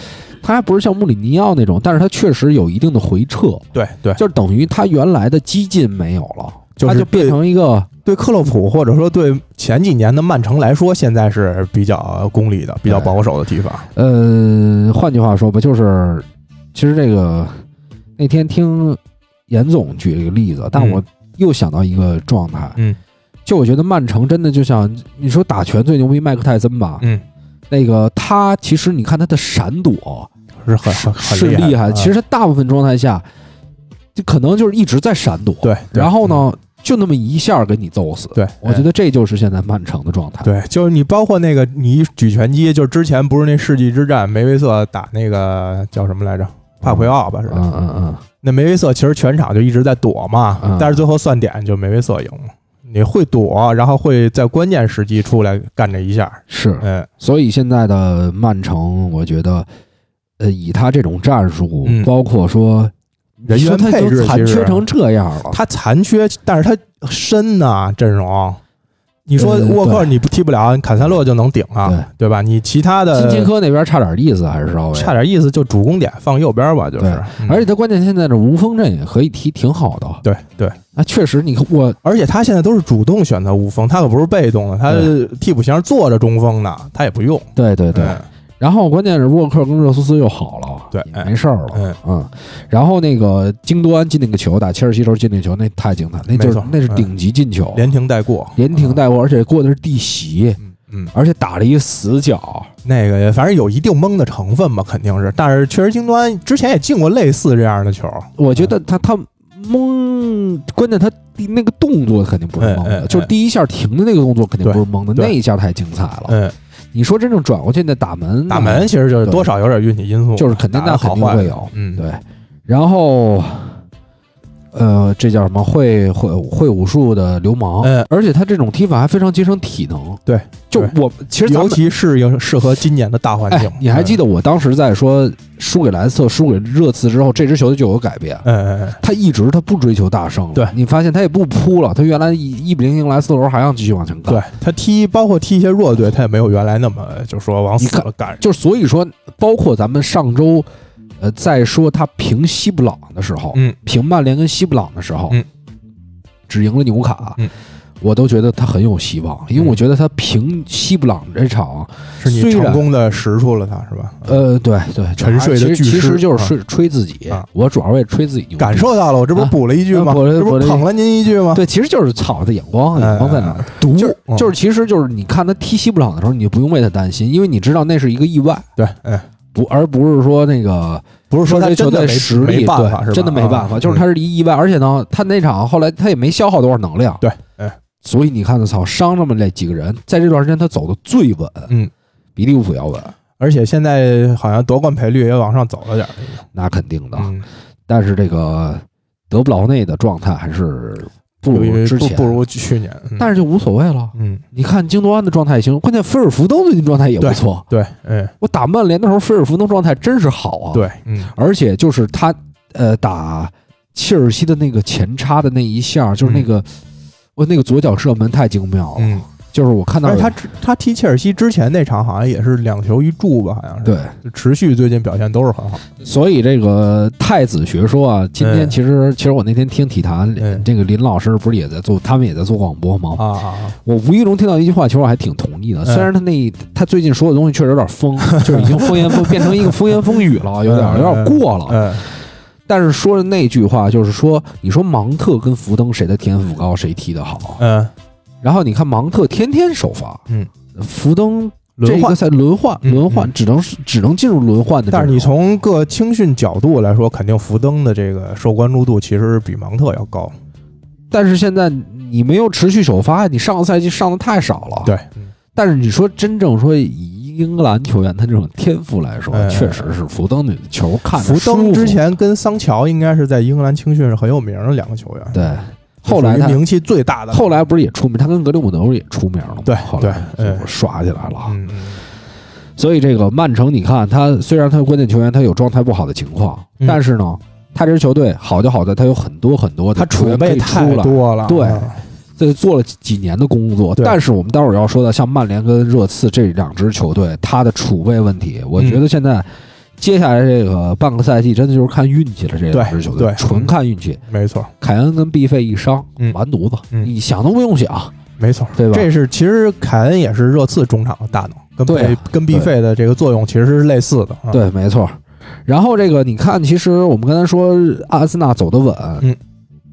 B: 他还不是像穆里尼奥那种，但是他确实有一定的回撤，
C: 对对，
B: 就是等于他原来的激进没有了，
C: 就
B: 他
C: 是
B: 就变
C: 对
B: 成一个
C: 对克洛普或者说对前几年的曼城来说，现在是比较功利的、比较保守的踢法。
B: 呃，换句话说吧，就是其实这个那天听严总举了一个例子，但
C: 嗯
B: 我又想到一个状态，
C: 嗯，
B: 就我觉得曼城真的就像你说打拳最牛逼麦克泰森吧，
C: 嗯，
B: 那个他其实你看他的闪躲
C: 是很很很
B: 是
C: 厉嗯
B: 害的，
C: 的
B: 其实他大部分状态下，就可能就是一直在闪躲，
C: 对，对嗯
B: 然后？呢就那么一下给你揍死，
C: 对，
B: 我觉
C: 得。
B: 得这就是现在曼城的状态，
C: 对，就是你包括那个你一举拳击，就是之前不是那世纪之战，梅威瑟打那个叫什么来着？帕奎奥吧，是吧？
B: 嗯嗯嗯，
C: 那梅威瑟其实全场就一直在躲嘛，
B: 嗯
C: 但是最后算点就梅威瑟赢了。你会躲，然后会在关键时机出来干这一下，
B: 是，
C: 嗯，
B: 所以现在的曼城，我觉得，呃，以他这种战术，
C: 嗯
B: 包括说
C: 人员
B: 你说他
C: 配
B: 都
C: 置
B: 残缺
C: 其实
B: 成这样了，
C: 他残缺，但是他深呐、阵容。你说
B: 嗯对对对
C: 沃克你不踢不了，坎塞洛就能顶啊，对吧？你其他
B: 金
C: 的
B: 琴科那边差点意思，还是稍微
C: 差。点意思，就主攻点放右边吧，就是
B: 对。
C: 嗯
B: 而且他关键现在这无锋阵也可以踢挺好的，
C: 对对，
B: 啊，确实你看我
C: 而且他现在都是主动选择无锋，他可不是被动的，他
B: 对
C: 替补席上坐着中锋呢，他也不用。
B: 对对对，
C: 嗯
B: 然后关键是沃克跟热苏斯又好了，
C: 对
B: 也没事儿了，
C: 嗯
B: 嗯，然后那个京多安进那个球，打切尔西时候进那球，那太精彩，那就
C: 没
B: 是
C: 错
B: 那是
C: 嗯
B: 顶级进球，
C: 连停带过，
B: 连停带过，而且过的是地席，
C: 嗯嗯，
B: 而且打了一个死角，
C: 那个反正有一定蒙的成分吧，肯定是。但是确实，京端之前也进过类似这样的球，
B: 我觉得
C: 嗯
B: 他他蒙，关键他第那个动作肯定不是蒙
C: 嗯嗯
B: 的，
C: 嗯
B: 就是第一下停的那个动作肯定不是蒙的，
C: 对
B: 那一下太精彩了。
C: 嗯，
B: 你说真正转过去那打门，
C: 打门其实就是
B: 对
C: 多少有点运气因素，
B: 就是肯定
C: 打
B: 那
C: 得
B: 肯
C: 好
B: 定
C: 坏
B: 会有，
C: 嗯，
B: 对。然后，呃，这叫什么？会会会武术的流氓，
C: 嗯
B: 而且他这种踢法还非常节省体能。
C: 对，
B: 就
C: 对
B: 我其实咱
C: 尤
B: 们。
C: 其适应适合今年的大环境嗯
B: 哎。，你还记
C: 得？
B: 得我当时在说输给莱斯特、输给热刺之后，这支球队就有改变。
C: 嗯嗯嗯，
B: 他一直他不追求大胜了，
C: 对
B: 你发现他也不扑了，他原来一一比零赢莱斯特罗还想继续往前干，
C: 对，他踢包括踢一些弱队，他也没有原来那么就说往死了干。
B: 就是所以说，包括咱们上周，呃，在说他平西布朗的时候，
C: 嗯，
B: 平曼联跟西布朗的时候，
C: 嗯，
B: 只赢了纽卡，
C: 嗯
B: 我都觉得他很有希望，因为
C: 嗯
B: 我觉得他平西布朗这场，
C: 是你
B: 虽然
C: 成功的识出了他是吧？
B: 呃，对对，
C: 沉睡的
B: 其实
C: 巨
B: 其实
C: 狮
B: 就是
C: 啊
B: 吹吹自己
C: 啊，
B: 我主要为了吹自己牛逼
C: 感。受到了，我这不是
B: 啊
C: 补了一句吗？
B: 补了
C: 这
B: 补
C: 不
B: 了
C: 是
B: 一
C: 捧了您一句吗？
B: 对，其实就是草的眼光，
C: 哎
B: 眼光在哪儿？
C: 毒
B: 就是就是，其实就是你看他踢西布朗的时候，你就不用为他担心，因为你知道那是一个意外，
C: 对，哎，
B: 不而不是说那个
C: 不是
B: 说
C: 他
B: 这
C: 真
B: 球
C: 的
B: 队
C: 没
B: 实力
C: 没办法
B: 对
C: 是吧？
B: 真的没办法，
C: 啊
B: 就是他是一意外，而且呢，他那场后来他也没消耗多少能量，
C: 对，哎，
B: 所以你看他操伤这么那几个人，在这段时间他走的最稳，
C: 嗯，
B: 比利物浦要稳，
C: 而且现在好像夺冠赔率也往上走了点儿，
B: 那肯定的。
C: 嗯，
B: 但是这个德布劳内的状态还是不
C: 不
B: 如之前，
C: 不如去年，嗯
B: 但是就无所谓了。
C: 嗯，
B: 你看京多安的状态也行，关键菲尔福登最近状态也不
C: 对
B: 错，
C: 对，嗯，
B: 我打曼联的时候，菲尔福登状态真是好啊。，
C: 对，嗯，
B: 而且就是他呃打切尔西的那个前插的那一下，就是那个、我那个左脚射门太精妙了，
C: 嗯
B: 就是我看到
C: 而且他
B: 有
C: 之他踢切尔西之前那场好像也是两球一助吧，好像是，
B: 对，
C: 就持续最近表现都是很好，
B: 所以这个太子学说啊，今天
C: 嗯
B: 其实、其实我那天听体坛、
C: 嗯
B: 这个林老师不是也在做，他们也在做广播吗？
C: 啊啊啊，
B: 我无意中听到一句话，其实我还挺同意的。
C: 嗯
B: 虽然他那他最近说的东西确实有点 疯，就是已经风言风变成一个风言风语了，有点有点过了。
C: 嗯，
B: 但是说的那句话就是说，你说芒特跟福登谁的天赋高，谁踢得好？
C: 嗯，
B: 然后你看芒特天天首发，
C: 嗯，
B: 福登
C: 轮
B: 这
C: 换
B: 个赛轮换
C: 嗯
B: 轮换
C: 嗯
B: 只能是只能进入轮换的阵容。
C: 但是你从各青训角度来说，肯定福登的这个受关注度其实比芒特要高，
B: 但是现在你没有持续首发，你上个赛季上的太少了。，
C: 啊对，嗯
B: 但是你说真正说以英格兰球员他这种天赋来说，
C: 哎
B: 确实是福登的球看着
C: 福登
B: 舒服
C: 之前跟桑乔应该是在英格兰青训是很有名的两个球员，
B: 对，后来
C: 属于
B: 他
C: 名气最大的，
B: 后来不是也出名，他跟格林伍德也出名了嘛，
C: 对
B: 后来
C: 对哎
B: 就耍起来了啊。
C: 嗯嗯
B: 所以这个曼城，你看他虽然他关键球员他有状态不好的情况，
C: 嗯
B: 但是呢，他这支球队好就好在他有很多很多的
C: 他储备
B: 球
C: 太
B: 员可以出来，
C: 多了，
B: 对
C: 嗯
B: 这做了几年的工作。
C: 对
B: 但是我们待会儿要说到像曼联跟热刺这两支球队，他的储备问题，我觉
C: 嗯
B: 得现在接下来这个半个赛季真的就是看运气了。这两支球队
C: 对对
B: 纯看运气，
C: 没错
B: 凯恩跟毕费一伤
C: 嗯，
B: 完犊子，
C: 嗯
B: 你想都不用想，
C: 没错，
B: 对吧？
C: 这是其实凯恩也是热刺中场的大脑，跟
B: 对
C: 贝
B: 啊
C: 跟 B 费的这个作用其实是类似的，啊，
B: 对，没错。然后这个你看，其实我们刚才说阿森纳走得稳，
C: 嗯，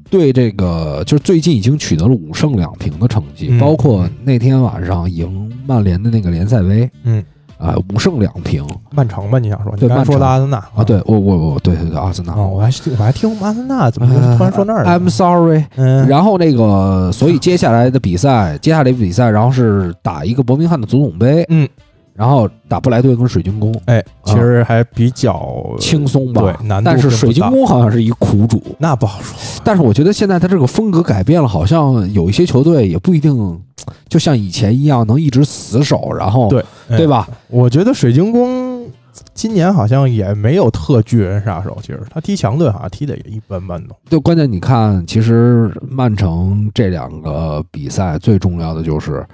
B: 对这个就是最近已经取得了五胜两平的成绩，
C: 嗯
B: 包括那天晚上赢曼联的那个联赛杯，
C: 嗯，
B: 啊、五胜两平
C: 曼城吧？你想说？你
B: 对
C: 刚才说
B: 曼城
C: 的阿森纳
B: 啊，对我我我对对对，阿森纳，
C: 啊，我还我还听阿森纳怎么就突然说那儿
B: 呃？I'm
C: 了？
B: sorry。
C: 嗯，
B: 然后那个，所以接下来的比赛，接下来的比赛，然后是打一个伯明翰的足总杯，
C: 嗯，
B: 然后打布莱顿跟水晶宫，
C: 哎，其实还比较
B: 啊轻松吧？
C: 对难度
B: 但是
C: 并不
B: 水晶
C: 大
B: 宫好像是一苦主，
C: 那不好说，
B: 但是我觉得现在他这个风格改变了，好像有一些球队也不一定就像以前一样能一直死守，然后
C: 对
B: 对？吧？
C: 哎我觉得水晶宫今年好像也没有特巨人杀手，其实他踢强队好像踢的也一般般的。
B: 就关键你看，其实曼城这两个比赛最重要的就是，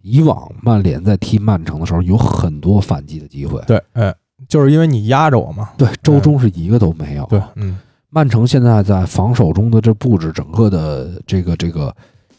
B: 以往曼联在踢曼城的时候有很多反击的机会，
C: 对，哎，就是因为你压着我嘛。
B: 对，周中是一个都没有。
C: 对，嗯，
B: 曼城现在在防守中的这布置，整个的这个这个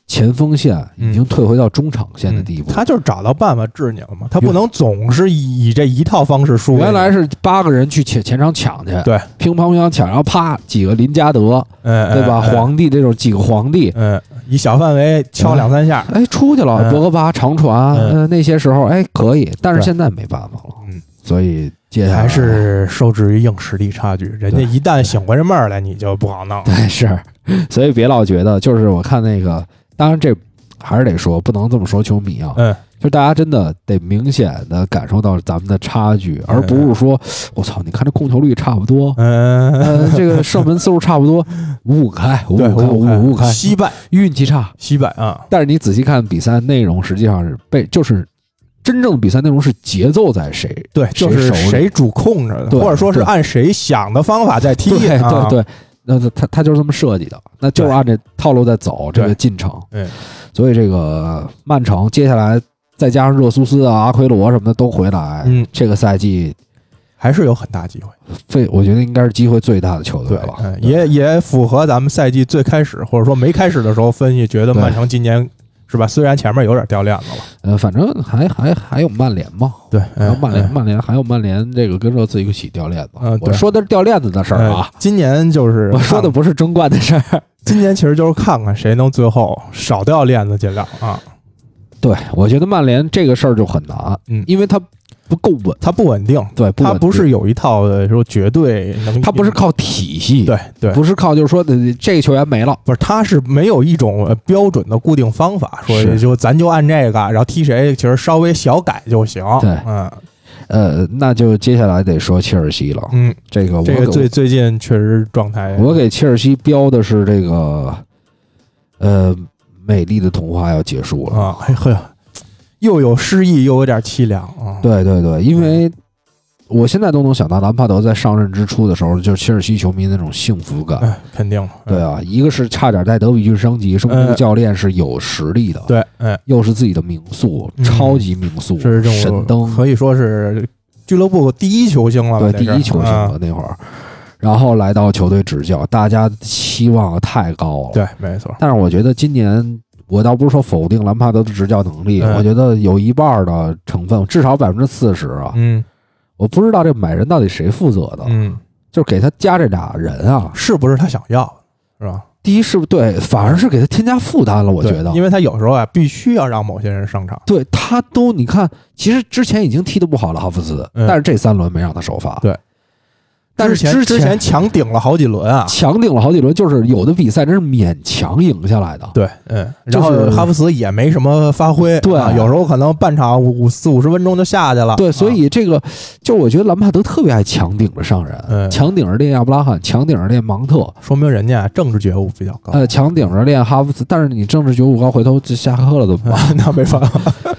B: 前锋线已经退回到中场线的地步。
C: 嗯他就是找到办法治你了嘛，他不能总是以以这一套方式输给你。
B: 原来是八个人去前前场抢去，
C: 对，
B: 乒乓乓抢，然后啪几个林加德，
C: 嗯，
B: 对吧？
C: 嗯，
B: 皇帝这种几个皇帝，
C: 嗯，以小范围敲两三下，
B: 哎，出去了，
C: 嗯
B: 博格巴、长传，
C: 嗯
B: 呃，那些时候哎可以，但是
C: 对
B: 现在没办法了，
C: 嗯，
B: 所以接下来
C: 还是受制于硬实力差距。人家
B: 嗯啊对
C: 一旦醒过这味儿来，你就不好弄。
B: 对是，所以别老觉得就是我看那个，当然这还是得说，不能这么说球迷啊，
C: 嗯，
B: 就是大家真的得明显的感受到咱们的差距，而不是说我操，你看这控球率差不多。
C: 嗯，
B: 呃，这个射门次数差不 多，五五开，五
C: 对，
B: 五开，五五五开，
C: 惜败，
B: 运气差。
C: 惜败啊，
B: 但是你仔细看比赛内容，实际上是被就是真正的比赛内容是节奏在谁
C: 对，就是
B: 手里
C: 谁主控着的，
B: 对
C: 或者说是
B: 对
C: 按谁想的方法在踢。
B: 对
C: 啊
B: 对对，那他他就是这么设计的，那就是
C: 对
B: 按这套路在走这个
C: 对
B: 进程。
C: 对，
B: 所以这个曼城接下来再加上热苏斯啊、阿奎罗什么的都回来，
C: 嗯
B: 这个赛季
C: 还是有很大机会。
B: 最我觉得应该是机会最大的球队
C: 对
B: 了，
C: 嗯，
B: 对
C: 也也符合咱们赛季最开始或者说没开始的时候分析，觉得
B: 对
C: 曼城今年是吧？虽然前面有点掉链子了，
B: 呃，反正还还还有曼联嘛，
C: 对，
B: 还有
C: 嗯
B: 曼联，曼联还有曼联这个跟热刺一起掉链子
C: 嗯。
B: 我
C: 对啊
B: 说的是掉链子的事儿啊
C: 嗯，今年就是
B: 我说的
C: 看，
B: 不是争冠的事儿。
C: 今年其实就是看看谁能最后少掉链子，尽量啊。
B: 对，我觉得曼联这个事儿就很难，
C: 嗯
B: 因为他不够稳，
C: 它不稳定，
B: 对，不
C: 它
B: 稳
C: 不
B: 定，
C: 是有一套的说绝对能，
B: 他不是靠体系，，
C: 对对，
B: 不是靠就是说的呃这个球员没了，
C: 不是它是没有一种呃标准的固定方法，说
B: 是
C: 就咱就按这个，然后踢谁其实稍微小改就行。
B: 对
C: 嗯
B: 呃，那就接下来得说切尔西了。
C: 嗯，
B: 这个我
C: 这
B: 给
C: 个最最近确实状态，
B: 我给切尔西标的是这个，呃，美丽的童话要结束了。
C: 啊，哎呵，又有诗意，又有点凄凉啊。
B: 对对对，因
C: 嗯
B: 为我现在都能想到兰帕德在上任之初的时候，就是切尔西球迷那种幸福感。
C: 哎，肯定了。
B: 对啊，一个是差点带德比郡升级，说明这个教练是有实力的，
C: 对，哎，
B: 又是自己的名宿，
C: 嗯
B: 超级名宿，
C: 这是这
B: 神
C: 种
B: 灯，
C: 可以说是俱乐部第一球星了吧？
B: 对，第
C: 这是
B: 一球星
C: 啊
B: 了那会儿，然后来到球队执教，大家期望太高了。
C: 对，没错。
B: 但是我觉得今年我倒不是说否定兰帕德的执教能力，
C: 嗯
B: 我觉得有一半儿的成分，至少百分之四十啊，
C: 嗯
B: 我不知道这买人到底谁负责的，
C: 嗯，
B: 就是给他加这俩人啊，
C: 是不是他想要的？是吧？
B: 第一是不对，反而是给他添加负担了，我觉
C: 对
B: 得，
C: 因为他有时候啊，必须要让某些人上场。
B: 对他都你看，其实之前已经踢得不好了，哈弗茨，
C: 嗯
B: 但是这三轮没让他首发，
C: 对。
B: 但是
C: 之前
B: 之
C: 之
B: 前
C: 强顶了好几轮啊，
B: 强顶了好几轮，就是有的比赛真是勉强赢下来的。
C: 对，嗯，
B: 就
C: 然后
B: 是
C: 哈弗茨也没什么发挥，
B: 对
C: 啊有时候可能半场五五四五十分钟就下去了，
B: 对，所
C: 啊
B: 以这个就我觉得兰帕德特别爱强顶着上人，
C: 嗯哦
B: 强顶着练亚布拉罕，强顶着练芒特，
C: 说明人家政治觉悟比较高，
B: 呃，强顶着练哈弗茨。但是你政治觉悟高，回头就下课了怎么办？
C: 啊那没办法，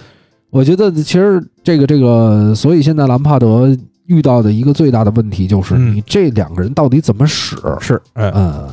B: 我觉得其实这个这个，所以现在兰帕德遇到的一个最大的问题就是，
C: 嗯
B: 你这两个人到底怎么使？
C: 是，嗯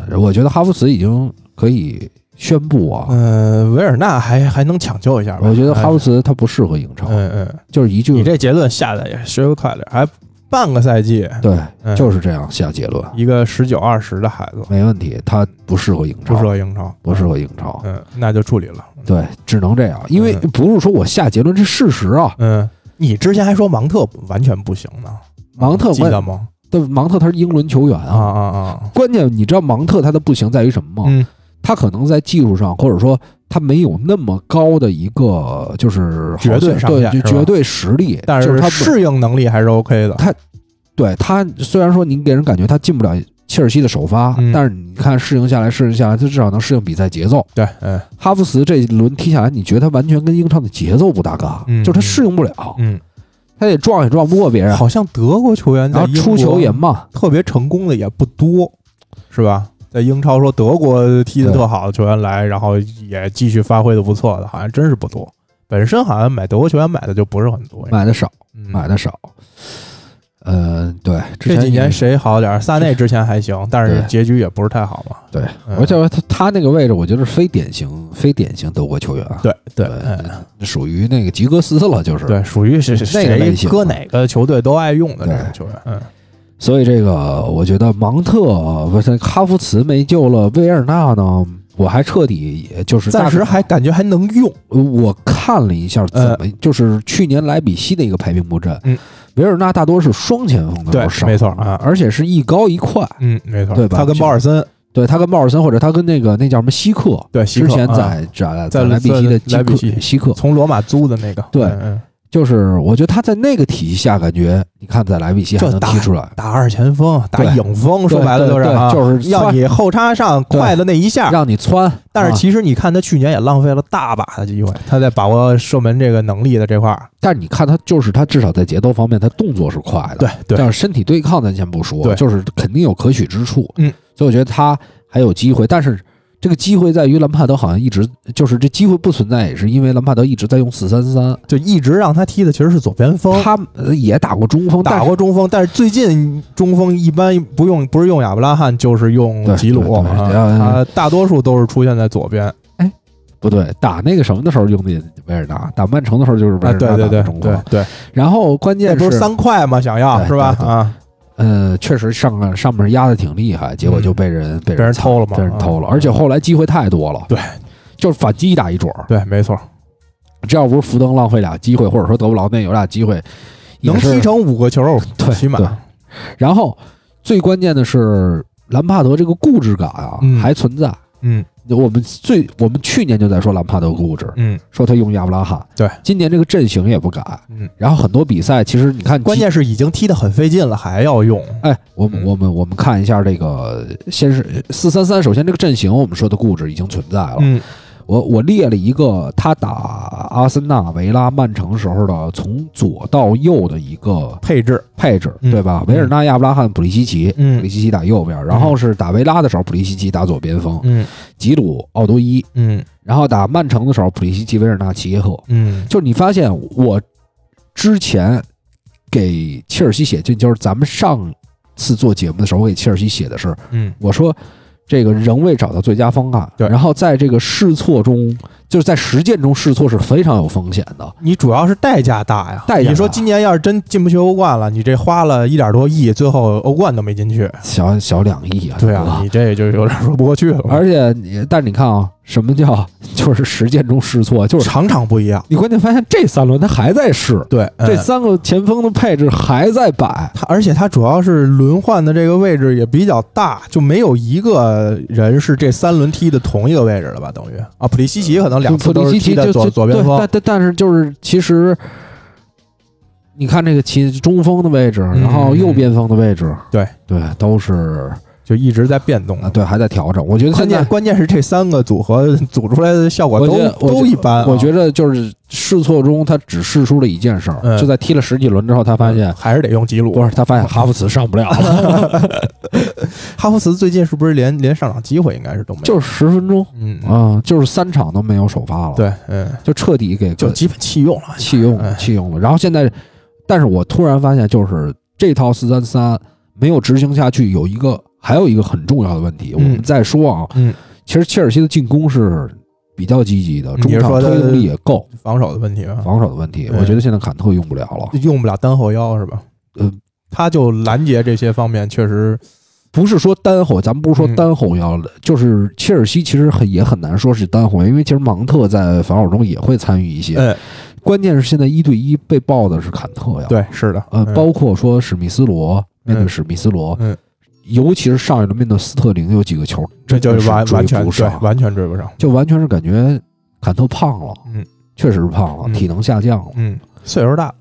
B: 嗯，我觉得哈弗茨已经可以宣布啊，
C: 嗯，维尔纳还还能抢救一下吧，
B: 我觉得哈弗
C: 嗯
B: 茨他不适合英超，
C: 嗯嗯，
B: 就是一
C: 你
B: 句
C: 这结论下的也稍微快点，还半个赛季，
B: 对，
C: 嗯
B: 就是这样下结论，
C: 一个十九二十的孩子，
B: 没问题，他不适合英超，
C: 不适合英超，
B: 不适合英超，
C: 嗯，那就处理了，
B: 对，只能这样，因为
C: 嗯
B: 不是说我下结论，这事实啊。
C: 嗯，你之前还说芒特完全不行呢，
B: 芒特
C: 记得吗？
B: 但芒特他是英伦球员
C: 啊啊啊，
B: 关键你知道芒特他的不行在于什么吗？
C: 嗯
B: 他可能在技术上，或者说他没有那么高的一个就是好像
C: 绝对上
B: 对
C: 限
B: 就是
C: 吧
B: 绝对实力，
C: 但
B: 就是他
C: 适应能力还是 OK 的，
B: 对他虽然说你给人感觉他进不了切尔西的首发，
C: 嗯
B: 但是你看适应下来，适应下来，他至少能适应比赛节奏。
C: 对，嗯
B: 哈弗茨这一轮踢下来，你觉得他完全跟英超的节奏不搭嘎，
C: 嗯
B: 就是他适应不了，
C: 嗯。
B: 他也撞也撞不过别人，
C: 好像德国球员在
B: 然后
C: 英
B: 出球
C: 国啊
B: 也慢，
C: 特别成功的也不多，是吧？在英超说德国踢得特好的球员来，然后也继续发挥的不错的，好像真是不多。本身好像买德国球员买的就不是很多，
B: 买的少，
C: 嗯
B: 买的少。呃，对，之
C: 这
B: 前
C: 几年
B: 也
C: 谁好点儿？萨内之前还行，但是
B: 对
C: 结局也不是太好嘛。
B: 对，
C: 嗯
B: 而且他他那个位置，我觉得是非典型非典型德国球员，
C: 对对嗯
B: 呃，属于那个吉格斯了，就是。
C: 对，属于是
B: 那个类
C: 谁
B: 型
C: 搁哪个球队都爱用的这种
B: 对
C: 球员。嗯
B: 所以这个我觉得芒特不是哈弗茨没救了，维尔纳呢，我还彻底就是
C: 暂时
B: 大概
C: 还感觉还能用。
B: 我看了一下怎么、就是去年莱比锡的一个排兵布阵，
C: 嗯
B: 维尔纳大多是双前锋的
C: 对
B: 要上，
C: 没错啊
B: 嗯而且是一高一快，
C: 嗯，没错，
B: 对吧
C: 他跟鲍尔森
B: 对他跟鲍尔森或者他跟那个那叫什么希克，
C: 对希克
B: 之前在、在
C: 啊在
B: 莱比锡的基
C: 莱比
B: 克
C: 锡
B: 希克，
C: 从罗马租的那个，
B: 对
C: 嗯嗯
B: 就是我觉得他在那个体系下，感觉你看在莱比锡还
C: 这
B: 能
C: 打
B: 踢出来，
C: 打二前锋，打
B: 对
C: 影锋，说
B: 对
C: 白了就是
B: 对
C: 啊，
B: 就是
C: 要
B: 窜
C: 你后插上
B: 对
C: 快的那一下。
B: 让你窜，
C: 但是
B: 啊
C: 其实你看，他去年也浪费了大把的机会，他在把握射门这个能力的这块儿，
B: 但是你看他，就是他至少在节奏方面，他动作是快的，
C: 对对，
B: 但是身体对抗咱先不说，
C: 对
B: 就是肯定有可取之处。
C: 嗯，
B: 所以我觉得他还有机会，但是这个机会在于兰帕德好像一直就是这机会不存在，也是因为兰帕德一直在用四三三，
C: 就一直让他踢的其实是左边锋，
B: 他呃也打过中锋，
C: 哦打
B: 但是
C: 过中锋，但是最近中锋一般不用不是用亚布拉罕就是用
B: 对
C: 吉鲁，
B: 对对
C: 啊
B: 嗯
C: 他大多数都是出现在左边，
B: 不对，打那个什么的时候用的维尔纳，打曼城的时候就是维
C: 啊，
B: 尔
C: 对
B: 纳
C: 对
B: 打
C: 对
B: 的中
C: 对
B: 锋。
C: 对，
B: 然后关
C: 这
B: 键
C: 不是
B: 是，
C: 三块嘛，想要
B: 对
C: 是吧
B: 对？对
C: 啊，
B: 呃，确实上个上面压的挺厉害，结果就
C: 嗯
B: 被人被
C: 被人
B: 人
C: 偷了嘛
B: 被人
C: 啊
B: 偷了，而且后来机会太多了，
C: 对，
B: 就是反击一打一准儿。
C: 对，没错，
B: 这要不是福登浪费俩机会，或者说德布劳内有俩机会，也
C: 能
B: 是
C: 踢。成五个球，
B: 对
C: 起码
B: 对然后最关键的是，兰帕德这个固执感啊、
C: 嗯
B: 还存在。
C: 嗯
B: 我们最我们去年就在说兰帕德固执，
C: 嗯
B: 说他用亚布拉罕。
C: 对，
B: 今年这个阵型也不改。
C: 嗯，
B: 然后很多比赛，其实你看，
C: 关键是已经踢得很费劲了，还要用，
B: 哎，我们
C: 嗯
B: 我们我们看一下这个，先是四三三，首先这个阵型我们说的固执已经存在了。
C: 嗯
B: 我我列了一个他打阿森纳、维拉、曼城时候的从左到右的一个，
C: 配置，
B: 配置，
C: 嗯
B: 对吧？维尔纳、亚布拉罕、普利西奇，普
C: 嗯
B: 利西奇打右边，然后是打维拉的时候，普利西奇打左边锋，
C: 嗯
B: 吉鲁、奥多伊，
C: 嗯
B: 然后打曼城的时候，普利西奇、维尔纳、齐耶赫。
C: 嗯
B: 就是你发现我之前给切尔西写进，就是咱们上次做节目的时候，我给切尔西写的是，
C: 嗯，
B: 我说这个仍未找到最佳方案，
C: 对
B: 然后在这个试错中，就是在实践中试错是非常有风险的，
C: 你主要是代价大呀，
B: 代价大
C: 你说今年要是真进不去欧冠了，你这花了一点多亿，最后欧冠都没进去，
B: 小小两亿啊，
C: 哎对
B: 吧
C: 啊，你这就有点说不过去了，
B: 而且你，但你看啊，什么叫就是实践中试错？就是
C: 场场不一样，
B: 你关键发现这三轮他还在试，
C: 对，
B: 这
C: 嗯
B: 三个前锋的配置还在摆，
C: 他而且他主要是轮换的这个位置也比较大，就没有一个人是这三轮踢的同一个位置了吧？等于啊，普利西奇可能两次
B: 普
C: 都
B: 利
C: 是
B: 西
C: 踢
B: 奇
C: 的
B: 就
C: 左
B: 就
C: 左边
B: 对
C: 锋
B: 但，但但是就是其实你看这个起中锋的位置，
C: 嗯
B: 然后右边锋的位置，
C: 对
B: 对，都是
C: 就一直在变动
B: 啊，。对，还在调整。我觉得
C: 关
B: 现
C: 键
B: 在，
C: 关键是这三个组合组出来的效果
B: 我
C: 都
B: 觉得我觉
C: 都一般啊、
B: 我觉得就是试错中，他只试出了一件事儿，
C: 嗯
B: 就在踢了十几轮之后，他发现
C: 还是得用吉鲁
B: 不。是，他发现哈弗茨上不了了，
C: 哈弗茨最近是不是连连上场机会应该是都没有？
B: 就是十分钟
C: 嗯，
B: 啊，就是三场都没有首发了，，
C: 对，嗯，
B: 就彻底给
C: 就基本弃用了。
B: 弃用
C: 哎
B: 了，弃用了。然后现在，但是我突然发现，就是这套四三三没有执行下去，有一个还有一个很重要的问题，我们再说啊。
C: 嗯，
B: 其实切尔西的进攻是比较积极的，
C: 嗯
B: 中
C: 也
B: 场
C: 说他
B: 推动力也够，
C: 防守的问题吧，
B: 防守的问题，
C: 嗯
B: 我觉得现在坎特用不了了。
C: 用不了单后腰是吧？
B: 呃，
C: 他就拦截这些方面确实，
B: 不是说单后，咱们不是说
C: 嗯
B: 单后腰的，就是切尔西其实很也很难说是单后，因为其实芒特在防守中也会参与一些。
C: 嗯，
B: 关键是现在一对一被爆的是坎特呀，
C: 对，是的，
B: 呃，
C: 嗯
B: 包括说史密斯罗面对
C: 嗯
B: 史密斯罗，
C: 嗯
B: 尤其是上一轮面对斯特林有几个球，
C: 这
B: 真
C: 就
B: 的
C: 是完
B: 追啊
C: 完全
B: 不
C: 对，
B: 上，
C: 完全追不上。
B: 就完全是感觉坎特胖了，
C: 嗯，
B: 确实是胖了，
C: 嗯
B: 体能下降了，
C: 嗯，岁数大，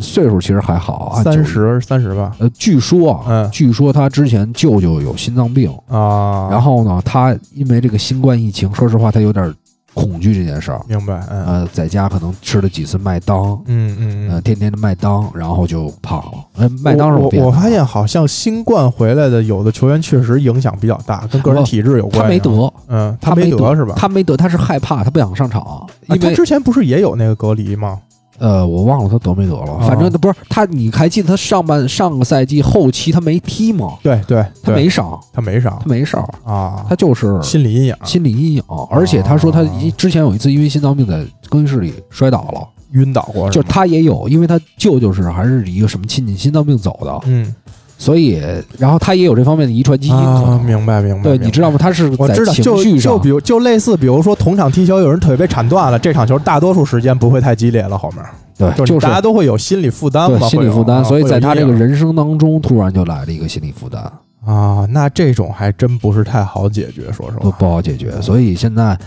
B: 岁数其实还好，按
C: 三
B: 九
C: 十三十吧，
B: 呃，据说啊，
C: 嗯
B: 据说他之前舅舅有心脏病，
C: 啊，
B: 然后呢，他因为这个新冠疫情，说实话，他有点恐惧这件事儿，
C: 明白，嗯
B: 呃，在家可能吃了几次麦当，
C: 嗯嗯
B: 呃，
C: 嗯。
B: 天天的麦当，然后就胖了。呃，麦当是
C: 我
B: 变
C: 我
B: 的
C: 我发现好像新冠回来的有的球员确实影响比较大，跟个人
B: 不
C: 体质有
B: 哦
C: 关。
B: 他没，得，
C: 嗯，
B: 他
C: 没
B: 没
C: 得是吧？
B: 他没得，他是害怕，他不想上场，
C: 啊
B: 因
C: 他
B: 为、
C: 之前不是也有那个隔离吗？
B: 呃，我忘了他得没得了，
C: 啊
B: 反正他不是他，你还记得他上半上个赛季后期他没踢吗？
C: 对对，
B: 他
C: 对
B: 没伤，
C: 他没上
B: 他没事儿，
C: 啊，
B: 他就是
C: 心理阴影，
B: 心理阴影，
C: 啊
B: 而且他说他一
C: 哦
B: 之前有一次因为心脏病在更衣室里摔倒了，
C: 晕倒过
B: 就是是
C: 吗
B: 他也有，因为他舅舅是还是一个什么亲戚心脏病走的，
C: 嗯
B: 所以然后他也有这方面的遗传基因可
C: 啊，
B: 能。
C: 明白明白，
B: 对，
C: 明白
B: 你知道吗？他是
C: 我
B: 在
C: 知道，
B: 情
C: 就
B: 绪
C: 就
B: 上
C: 比，如就类似，比如说同场踢球，有人腿被铲断了，这场球大多数时间不会太激烈了，后面
B: 对，
C: 就是大家都会有心理负担嘛，
B: 对心理
C: 会有
B: 负担，
C: 啊
B: 所以
C: 会有
B: 在他
C: 阴
B: 这个
C: 影
B: 人生当中，突然就来了一个心理负担，
C: 啊，那这种还真不是太好解决，说实
B: 不
C: 话，
B: 不好解
C: 嗯
B: 决。所以现在，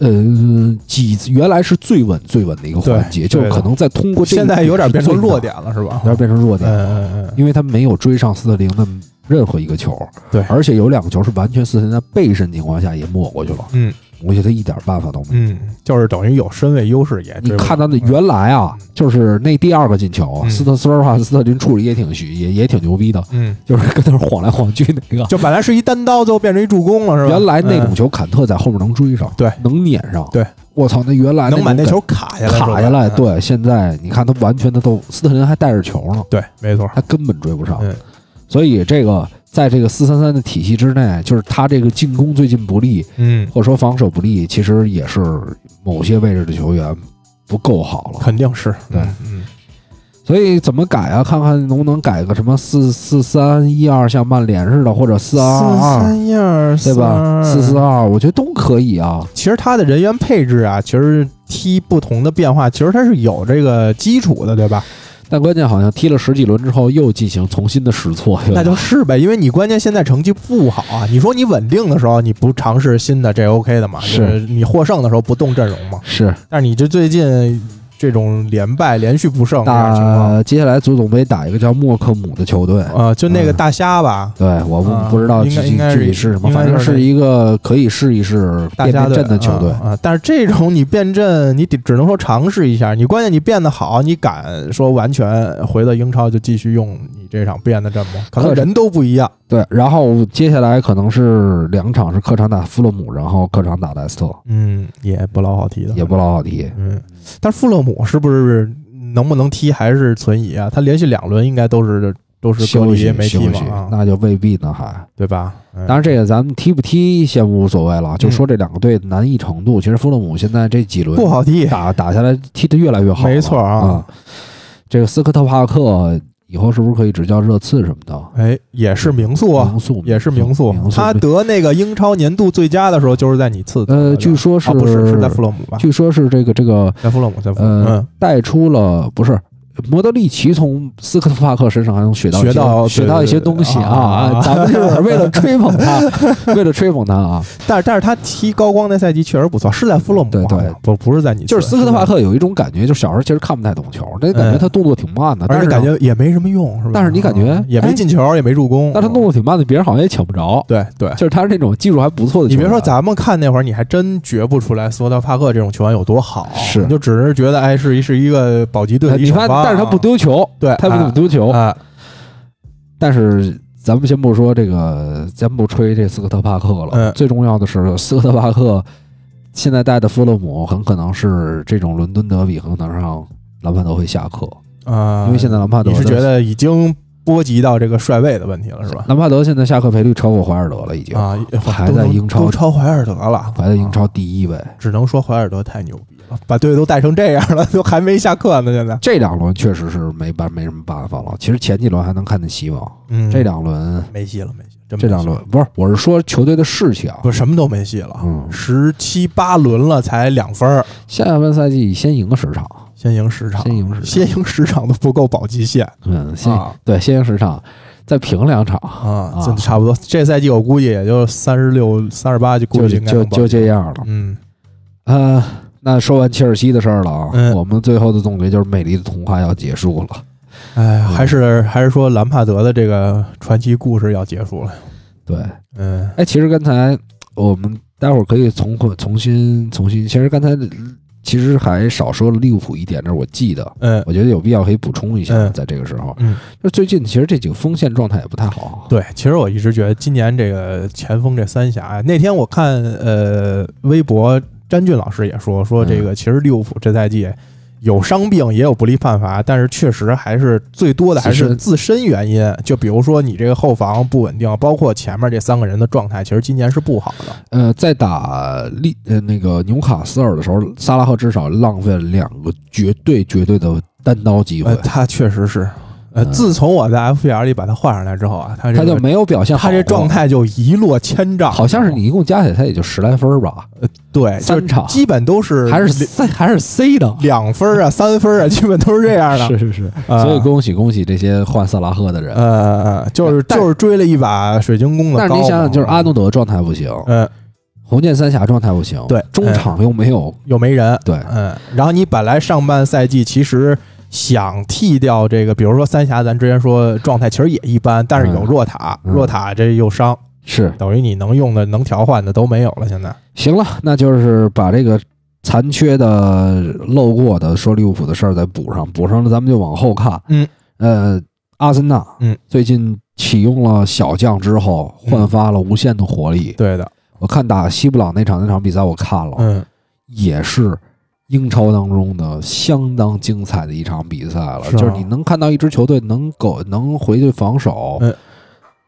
B: 呃，几原来是最稳最稳的一个环节，
C: 对
B: 就是
C: 对的
B: 可能再通过这
C: 现在有点变成弱
B: 点，
C: 点了，是吧
B: 有？点变成弱点，
C: 嗯嗯嗯，
B: 因为他没有追上斯特林的任何一个球，
C: 对
B: 而且有两个球是完全斯特林在背身情况下也抹过去了，
C: 嗯
B: 我觉得他一点办法都没有。
C: 嗯，就是等于有身位优势也
B: 你
C: 追不
B: 看他
C: 上
B: 的
C: 嗯
B: 原来啊
C: 嗯，
B: 就是那第二个进球，啊
C: 嗯
B: 斯特说实话，斯特林处理也挺虚，也也挺牛逼的，
C: 嗯，
B: 就是跟那儿晃来晃去那个。
C: 就本来是一单刀，最后变成一助攻了，是吧？
B: 原来那种
C: 嗯
B: 球，坎特在后面能追上，
C: 对
B: 能撵上，
C: 对。
B: 我操，那原来
C: 能把那
B: 种
C: 球卡下
B: 感
C: 来是吧，
B: 卡下来，
C: 嗯，
B: 对。现在你看他完全他都，斯特林还带着球呢，
C: 对，没错，
B: 他根本追不上
C: 嗯。
B: 所以这个在这个四三三的体系之内，就是他这个进攻最近不利，
C: 嗯，
B: 或者说防守不利，其实也是某些位置的球员不够好了。
C: 肯定是，
B: 对
C: 嗯嗯。
B: 所以怎么改啊？看看能不能改个什么四四三一二，像曼联似的，或者四二二二，
C: 三一二，
B: 对吧？四四
C: 二。
B: 二，我觉得都可以啊。
C: 其实他的人员配置啊，其实踢不同的变化，其实他是有这个基础的，对吧？
B: 但关键好像踢了十几轮之后，又进行重新的试错，
C: 那就是呗，因为你关键现在成绩不好啊。你说你稳定的时候，你不尝试新的，这 OK 的嘛？
B: 是
C: 就是你获胜的时候不动阵容嘛？
B: 是。
C: 但是你这最近这种连败、连续不胜这样的情况，
B: 那接下来足总杯打一个叫默克姆的球队，
C: 呃，就
B: 嗯
C: 那个大虾吧，
B: 对，我不、
C: 啊
B: 不知道具
C: 应该
B: 体
C: 应该是
B: 具体是什么，
C: 应该
B: 反
C: 是
B: 正是一个可以试一试
C: 大
B: 变
C: 家
B: 变阵的球队。
C: 啊、啊但是这种你变阵，你得只能说尝试一下。你关键你变得好，你敢说完全回到英超就继续用你这场变的阵吗？可能
B: 客场
C: 人都不一样。
B: 对，然后接下来可能是两场是客场打富勒姆，然后客场打莱斯特，
C: 嗯，也不老好踢的，
B: 也不老好踢。
C: 嗯。但是富勒姆是不是能不能踢还是存疑啊？他连续两轮应该都是都是隔
B: 休息
C: 离没踢
B: 休息
C: 嘛，，啊
B: 那就未必呢，还。
C: 对吧？嗯
B: 当然，这个咱们踢不踢先无所谓了，就说这两个队的难易程度。其实富勒姆现在这几轮
C: 不好踢，
B: 打打下来踢得越来越好了，
C: 没错啊
B: 啊、这个斯科特帕克以后是不是可以只叫热刺什么的？
C: 哎，也是名宿啊，
B: 名宿
C: 也是名宿。
B: 嗯名宿
C: 他得那个英超年度最佳的时候就是在你次得的
B: 呃，据说
C: 啊
B: 是、
C: 啊不是是在富勒姆吧？
B: 据说是这个这个
C: 嗯在弗洛姆，在弗洛姆，
B: 呃
C: 嗯，
B: 带出了不是摩德里奇从斯科特帕克身上还能学到一些
C: 学到
B: 学到一些
C: 对对对
B: 东西啊
C: 啊
B: 咱们就是为了吹捧 他，为了吹捧他啊，
C: 但是但是他踢高光那赛季确实不错，是在富勒姆
B: 对对
C: 好像不不是在你
B: 就是斯科特帕克有一种感觉，就小时候其实看不太懂球，但感觉他动作挺慢的，但
C: 而
B: 是
C: 且
B: 呢
C: 感觉也没什么用，是吧？
B: 但是你感觉
C: 啊也没
B: 哎
C: 进球，也没助攻，
B: 但他动作挺慢的，别人好像也抢不着。
C: 对对。
B: 就是他是那种技术还不啊错的球
C: 你
B: 员，
C: 别说咱们看那会儿，你还真觉不出来斯科特帕克这种球员有多好，
B: 是
C: 你就只是觉得哎，是一是一个保级队
B: 哎
C: 的一
B: 你
C: 手啊哎
B: 看，
C: 吧
B: 但是他不丢球，
C: 对
B: 他不怎么丢球。
C: 啊，
B: 但是咱们先不说这个，咱不吹这斯科特帕克了。
C: 嗯
B: 最重要的是，斯科特帕克现在带的弗勒姆很可能是这种伦敦德比很可能让兰帕德会下课，
C: 啊，
B: 因为现在兰帕德
C: 你是
B: 的
C: 觉得已经波及到这个帅位的问题了，是吧？
B: 兰帕德现在下课赔率超过怀尔德了，已经
C: 啊，
B: 排哎在英超
C: 都超怀尔德了，
B: 排在英
C: 啊
B: 超第一位。
C: 只能说怀尔德太牛逼了，把队都带成这样了，都还没下课呢，现在。
B: 这两轮确实是没办没什么办法了。其实前几轮还能看见希望，
C: 嗯，
B: 这两轮
C: 没戏了，没戏，真没戏
B: 这两轮不是，我是说球队的士气啊。
C: 不是什么都没戏了，
B: 嗯，
C: 十七八轮了才两分儿，
B: 下半赛季先赢个十场，
C: 先赢十场，
B: 先赢十场
C: 啊先赢十场都不够保级线
B: 嗯，先、
C: 啊
B: 对先赢十场，再平两场
C: 啊，这差不多。这赛季我估计也就三十六、三十八，就估
B: 就
C: 计应该
B: 就
C: 能保
B: 就这样了。
C: 嗯
B: 呃，那说完切尔西的事儿了啊，
C: 嗯
B: 我们最后的总结就是美丽的童话要结束了。
C: 哎，还是还是说兰帕德的这个传奇故事要结束了。
B: 对，
C: 嗯
B: 哎，其实刚才我们待会儿可以重重新重新，其实刚才其实还少说了利物浦一点，这是我记得。
C: 嗯，
B: 我觉得有必要可以补充一下，
C: 嗯
B: 在这个时候，
C: 嗯，
B: 就最近其实这几个锋线状态也不太好，啊
C: 对，其实我一直觉得今年这个前锋这三峡啊，那天我看呃微博詹俊老师也说说这
B: 嗯
C: 个，其实利物浦这赛季。有伤病，也有不利判罚，但是确实还是最多的还
B: 自
C: 是
B: 身
C: 自身原因。就比如说你这个后防不稳定，包括前面这三个人的状态，其实今年是不好的。
B: 呃，在打利呃那个纽卡斯尔的时候，萨拉赫至少浪费了两个绝对绝对的单刀机会
C: 呃，，他确实是，呃，
B: 嗯
C: 自从我在 FPL 里把他换上来之后啊，他这
B: 他就
C: 个
B: 没有表现好
C: 他
B: 过，
C: 这状态就一落千丈，
B: 好像是你一共加起来他也就十来分儿吧，
C: 对，就
B: 三场
C: 基本都是
B: 还是 C 还是 C 的，
C: 两分儿啊、三分儿啊，基本都是这样的。
B: 是是是，
C: 啊
B: 所以恭喜恭喜这些换萨拉赫的人。
C: 呃，就是
B: 但
C: 就是追了一把水晶宫的高
B: 但
C: 嘛。
B: 是你想想，就是阿诺德状态不行，
C: 嗯，
B: 红箭三峡状态不行，
C: 对呃
B: 中场又没有
C: 又没人，
B: 对
C: 嗯，然后你本来上半赛季其实。想替掉这个，比如说三峡，咱之前说状态其实也一般，但是有
B: 嗯
C: 若塔，
B: 嗯
C: 若塔这又伤，
B: 是
C: 等于你能用的、能调换的都没有了。现在，
B: 行了，那就是把这个残缺的、漏过的说利物浦的事儿再补上，补上了咱们就往后看。
C: 嗯，
B: 呃，阿森纳，
C: 嗯，
B: 最近启用了小将之后，焕发了无限的活力。
C: 对的，
B: 我看打西布朗那场那场比赛，我看了，
C: 嗯，
B: 也是。英超当中的相当精彩的一场比赛了，
C: 是啊
B: 就是你能看到一支球队能够能回去防守，
C: 嗯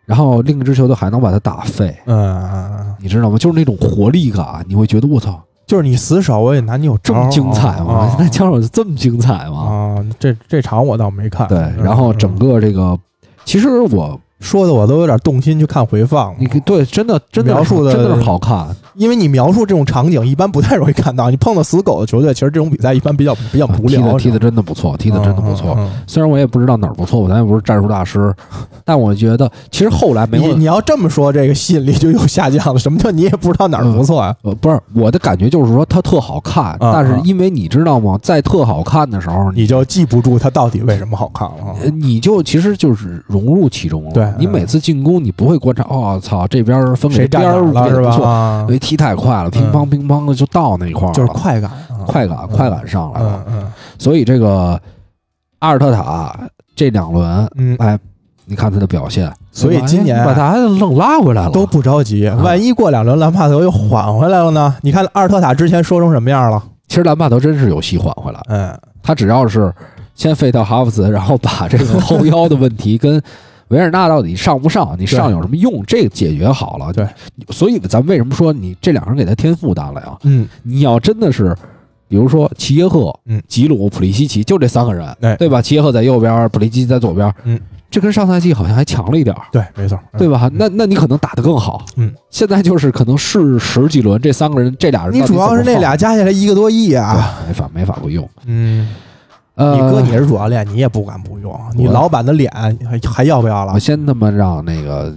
B: 然后另一支球队还能把它打废，
C: 嗯，
B: 你知道吗？就是那种活力感，你会觉得我操，
C: 就是你死守我也拿你有
B: 这
C: 招
B: 么
C: 儿
B: 精彩吗
C: 啊？
B: 那枪手这么精彩吗？
C: 啊，这这场我倒没看。
B: 对，
C: 嗯
B: 然后整
C: 嗯
B: 个这个，其实我
C: 说的我都有点动心去看回放
B: 你
C: 了，
B: 对真的真的
C: 描述的
B: 真的是好看，
C: 因为你描述这种场景一般不太容易看到，你碰到死狗的球队，其实这种比赛一般比较比较无
B: 踢
C: 聊
B: 的。啊踢的真的不错，踢
C: 踢
B: 的真的不错。
C: 嗯嗯
B: 虽然我也不知道哪儿不错，我咱也不是战术大师，但我觉得其实后来没
C: 你
B: 有
C: 你，要这么说，这个吸引力就又下降了。什么叫你也不知道哪儿不错啊？
B: 呃，不是我的感觉就是说它特好看，
C: 嗯
B: 但是
C: 嗯
B: 因为你知道吗，在特好看的时候，
C: 你就记不住它到底为什么好看了啊。
B: 嗯呃你就其实就是融入其中了。
C: 对
B: 你
C: 嗯
B: 每次进攻，你不会观察，哦，操，这边儿分给
C: 谁
B: 这
C: 站
B: 边
C: 哪
B: 儿
C: 儿
B: 给得
C: 了是
B: 不
C: 吧？
B: 错
C: 啊
B: 因为踢太快了，乒乓乒乓的就到那块儿了，
C: 就是快感啊，
B: 快感，快感上来
C: 嗯
B: 了。
C: 嗯
B: 所以这个阿尔特塔这两轮，
C: 嗯，
B: 哎，你看他的表现，
C: 所以今年
B: 哎
C: 啊
B: 把他愣拉回来了，
C: 都不着急，万一过两轮兰帕德又缓回来了呢？你看阿尔特塔之前说成什么样了？
B: 其实兰帕德真是有戏缓回来，
C: 嗯，
B: 他只要是先废掉哈弗茨，然后把这个后腰的问题跟。维尔纳到底上不上？你上有什么用？这个解决好了。
C: 对，
B: 所以咱为什么说你这两个人给他添负担了呀？
C: 嗯，
B: 你要真的是，比如说齐耶赫、
C: 嗯
B: 吉鲁、普利西奇，就这三个人，
C: 哎
B: 对吧？齐耶赫在右边，普利西奇在左边，
C: 嗯，
B: 这跟上赛季好像还强了一点儿，
C: 对，没错，嗯
B: 对
C: 吧？
B: 吧？那那你可能打得更好，
C: 嗯。
B: 现在就是可能是十几轮，这三个人，这俩人
C: 你
B: 到底
C: 主要
B: 怎么
C: 是那
B: 放哎
C: 俩加起来一个多亿啊，
B: 对没法没法不用。
C: 嗯，
B: 呃，
C: 你哥你是主教练，你也不敢不用，你
B: 我
C: 老板的脸还还要不要了
B: 我？先他妈让那个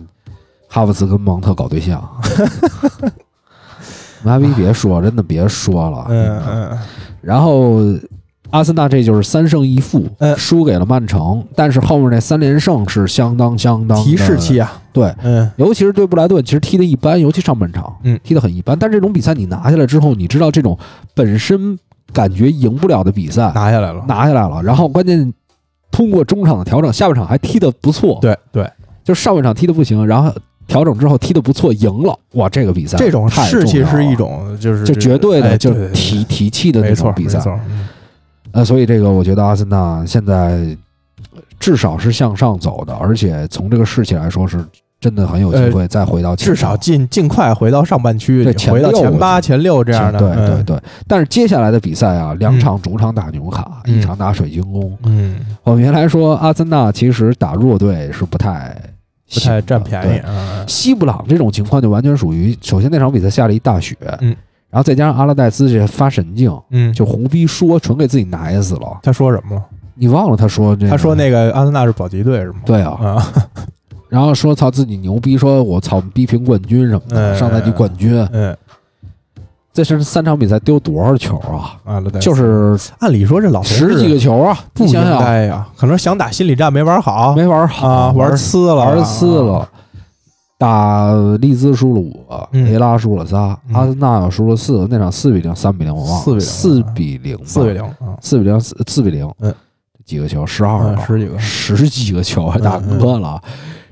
B: 哈弗茨跟蒙特搞对 象，妈逼别说，真的别说了。
C: 嗯嗯
B: 然后阿森纳这就是三胜一负，
C: 嗯
B: 输给了曼城，但是后面那三连胜是相当相当
C: 嗯，
B: 的
C: 提士气。啊，
B: 对，
C: 嗯
B: 尤其是对布莱顿，其实踢的一般，尤其上半场，
C: 嗯
B: 踢的很一般。但这种比赛你拿下来之后，你知道这种本身感觉赢不了的比赛
C: 拿下来了，
B: 拿下来了，然后关键通过中场的调整，下半场还踢得不错，
C: 对对，
B: 就上半场踢得不行，然后调整之后踢得不错，赢了，哇，这个比赛
C: 这种
B: 太
C: 士
B: 重
C: 气
B: 要了
C: 是一，种就是
B: 就绝对的，
C: 哎
B: 就
C: 对
B: 是
C: 对
B: 提提气的
C: 对
B: 那
C: 没错
B: 种比赛
C: 没。错，嗯
B: 呃，所以这个我觉得阿森纳现在至少是向上走的，而且从这个士气来说是真的很有机会再回到前
C: 呃至少
B: 八
C: 尽尽快回到上半区，
B: 对
C: 你回到
B: 前六
C: 前
B: 我
C: 八、前六这样的，
B: 对对
C: 嗯，
B: 对，但是接下来的比赛啊，两
C: 嗯
B: 场主场打纽卡，一
C: 嗯
B: 场打水晶宫。
C: 嗯，
B: 我们原来说阿森纳其实打弱队是不太
C: 不
B: 行
C: 太
B: 的
C: 占便宜
B: 对
C: 啊，
B: 西布朗这种情况就完全属于，首先那场比赛下了一大雪，
C: 嗯，
B: 然后再加上阿拉戴斯这发神经，
C: 嗯，
B: 就胡逼说，纯给自己奶死了。
C: 他说什么了？
B: 你忘了他说这个？
C: 他说那个阿森纳是保级队是吗？
B: 对啊，
C: 啊，
B: 然后说操自己牛逼，说我操逼平冠军什么的，
C: 嗯
B: 上赛季冠军，
C: 嗯
B: 这是三场比赛丢多少球啊？
C: 啊，勒戴斯
B: 就是
C: 按理说这老头子
B: 十几个球啊！
C: 不
B: 你
C: 应
B: 想想，
C: 该呀，可能想打心理战没玩好，
B: 没玩好，
C: 啊，
B: 玩
C: 玩呲了，
B: 玩次了。打利兹输了五，
C: 嗯
B: 维拉输了仨，
C: 嗯
B: 阿森纳输了四，那场四比零、三比零我忘了，四
C: 4
B: 比零吧，
C: 四比零啊，
B: 四比零，四四比零，
C: 嗯，
B: 几个球，十二
C: 嗯
B: 个，
C: 十几个，
B: 十几个球啊，
C: 嗯
B: 大哥了，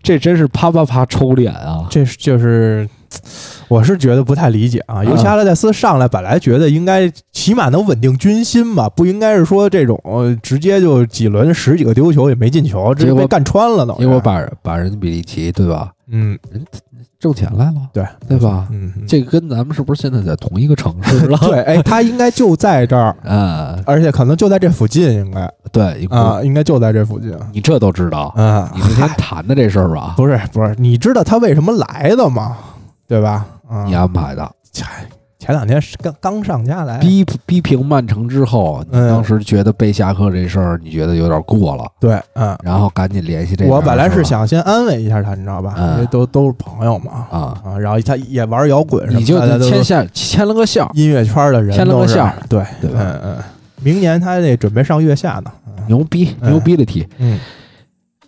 B: 这真是啪啪啪抽脸啊！
C: 这是就是。我是觉得不太理解啊，尤其阿拉戴斯上来，本来觉得应该起码能稳定军心吧，不应该是说这种呃直接就几轮十几个丢球也没进球，直
B: 结
C: 接
B: 果
C: 被干穿了呢。
B: 结果把把人比利奇对吧，
C: 嗯
B: 挣钱来了，
C: 对
B: 对吧？
C: 嗯嗯
B: 这个跟咱们是不是现在在同一个城市了？
C: 对， 哎，他应该就在这儿，
B: 嗯，
C: 而且可能就在这附近，应该
B: 对，
C: 啊，应该就在这附近
B: 你这都知道，
C: 啊
B: 你。那天谈的这事儿吧，
C: 不是不是，你知道他为什么来的吗？对吧？啊
B: 你，安排的，
C: 前两天是刚刚上家来，
B: 逼逼平曼城之后，你
C: 嗯
B: 当时觉得贝夏克这事儿，你觉得有点过了，
C: 对，嗯，
B: 然后赶紧联系这边儿。
C: 我本来
B: 吧
C: 是想先安慰一下他，你知道吧？
B: 嗯
C: 因为都都是朋友嘛，
B: 啊，
C: 啊，然后他也玩摇滚什么的，
B: 你就
C: 大家都
B: 牵线牵了个线儿，
C: 音乐圈的人
B: 牵了
C: 都
B: 个
C: 是
B: 线儿，
C: 对，
B: 对吧？
C: 嗯嗯，明年他得准备上月下呢，
B: 牛逼，
C: 嗯
B: 牛逼的踢。
C: 嗯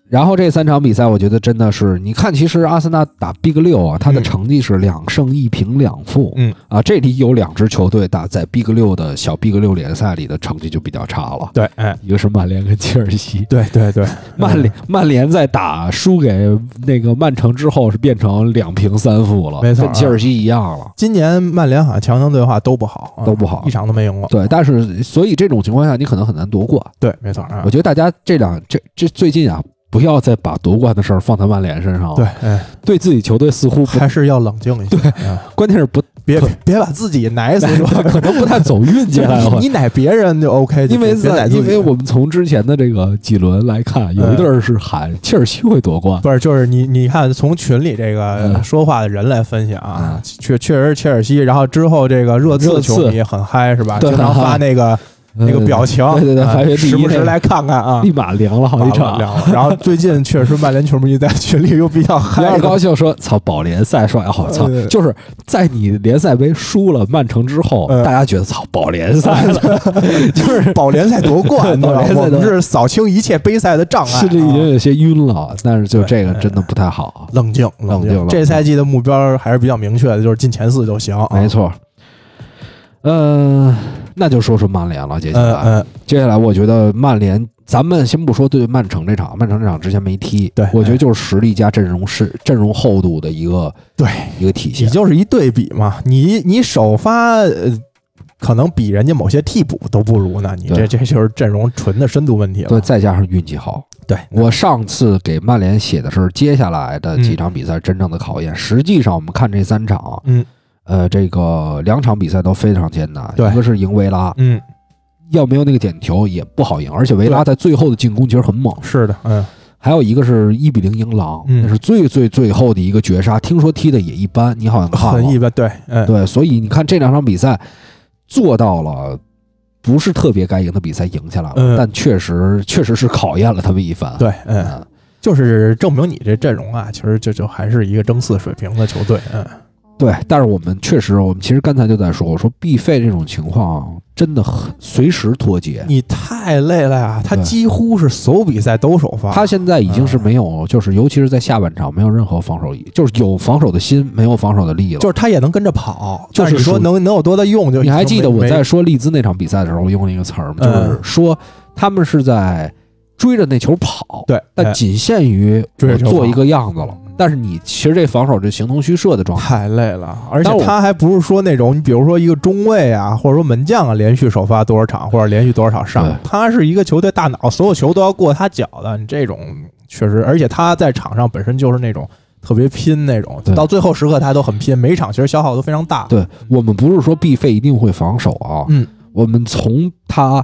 B: 然后这三场比赛，我觉得真的是，你看，其实阿森纳打 Big 六啊，他的
C: 嗯
B: 成绩是两胜一平两负，
C: 嗯
B: 啊，这里有两支球队打在 Big 六的小 Big 六联赛里的成绩就比较差了，
C: 对，哎，
B: 一个是曼联跟切尔西，
C: 对 对对，
B: 曼联曼联在打输给那个曼城之后是变成两平三负了，
C: 没错
B: 跟切尔西一样了。
C: 今年曼联好像强强对话都不好，啊
B: 都不好
C: 一场都没赢过。
B: 对，但是所以这种情况下，你可能很难夺冠。
C: 对，没错啊
B: 我。觉得大家这两这这最近啊，不要再把夺冠的事儿放在曼联身上了。
C: 对，哎，
B: 对自己球队似乎不，
C: 还是要冷静一下，嗯
B: 关键是不
C: 别
B: 可
C: 别把自己奶死
B: 对
C: 了。
B: 可能不太走运， 接下来
C: 你
B: 会。
C: 你奶别人就 OK，就
B: 因为
C: 别别奶
B: 在
C: 自
B: 因
C: 己
B: 为我们从之前的这个几轮来看，有一对儿是喊切尔西会夺冠，
C: 不是，就是你，你看从群里这个
B: 嗯
C: 说话的人来分析啊
B: 嗯，
C: 确确实是切尔西，然后之后这个热
B: 热
C: 刺
B: 刺
C: 球迷也很嗨是吧？
B: 对
C: 经常发那个那个表情，
B: 对对对
C: 啊
B: 排位第一
C: 时不
B: 那
C: 时
B: 个
C: 来看看啊
B: 呃嗯，立马凉了好几
C: 完了
B: 场。
C: 凉了。然后最近确实曼联球迷在群里又比 较
B: 有
C: 嗨
B: 点，高兴说：“操，保联赛帅！好操
C: 对对，对
B: 就是在你联赛杯输了曼城之后，
C: 嗯
B: 大家觉得操保联赛 了， 就是
C: 保联赛 夺冠，
B: 保
C: 对
B: 联赛？
C: 吧我
B: 夺
C: 们是扫清一切杯赛的障碍啊，
B: 甚至已经有些晕了。但是就
C: 对
B: 这个真的不太好，
C: 冷静，
B: 冷静冷静
C: 这赛季的目标还是比较明确的，就是进前四就行。啊
B: 没，错。嗯，那就说说曼联了，接下
C: 嗯
B: 来。
C: 嗯，
B: 接下来，我觉得曼联，咱们先不说对曼城这场，曼城这场之前没踢，
C: 对
B: 我觉得就是实力加阵容是阵容厚度的一个
C: 对，
B: 一个体
C: 你
B: 现。
C: 就是一对比嘛，你你首发呃，可能比人家某些替补都不如呢，你
B: 对
C: 这这就是阵容纯的深度问题了。
B: 对，再加上运气好。
C: 对
B: 我上次给曼联写的是接下来的几场比赛真正的考验。实际上，我们看这三场，
C: 嗯
B: 呃，这个两场比赛都非常艰难。
C: 对
B: 一个是赢维拉，
C: 嗯，
B: 要没有那个点球也不好赢，而且维拉在最后的进攻其实很猛。
C: 是的，嗯
B: 还有一个是一比零赢狼，
C: 嗯
B: 那是最最最后的一个绝杀，听说踢的也一般，你好像看了
C: 很一般，对，嗯
B: 对，所以你看这两场比赛做到了不是特别该赢的比赛赢下来了，
C: 嗯
B: 但确实确实是考验了他们一番。
C: 对，嗯，
B: 嗯，
C: 就是证明你这阵容啊，其实就就还是一个争四水平的球队，嗯，
B: 对，但是我们确实，我们其实刚才就在说，我说必费这种情况真的很随时脱节。
C: 你太累了呀，他
B: 对
C: 几乎是所有比赛都首发，
B: 他现在已经是没
C: 嗯
B: 有，就是尤其是在下半场没有任何防守意，就是有防守的心，没有防守的力了。
C: 就是他也能跟着跑，
B: 就是
C: 但你说
B: 属于
C: 能能有多大用就？
B: 你还
C: 就
B: 记得
C: 没
B: 我在
C: 没
B: 说利兹那场比赛的时候，我用了一个词儿吗？就
C: 嗯
B: 是说他们是在追着那球跑，
C: 对，
B: 但
C: 哎
B: 仅限于
C: 追着
B: 我
C: 球
B: 做
C: 跑
B: 一个样子了。但是你其实这防守就形同虚设的状态。
C: 太累了，而
B: 但
C: 且
B: 我
C: 他还不是说那种，你比如说一个中卫啊，或者说门将啊，连续首发多少场或者连续多少场
B: 对
C: 上，他是一个球队大脑，所有球都要过他脚的，你这种确实，而且他在场上本身就是那种特别拼那种
B: 对，
C: 到最后时刻他都很拼，每一场其实消耗都非常大。
B: 对我们不是说必费一定会防守啊，
C: 嗯，
B: 我们从他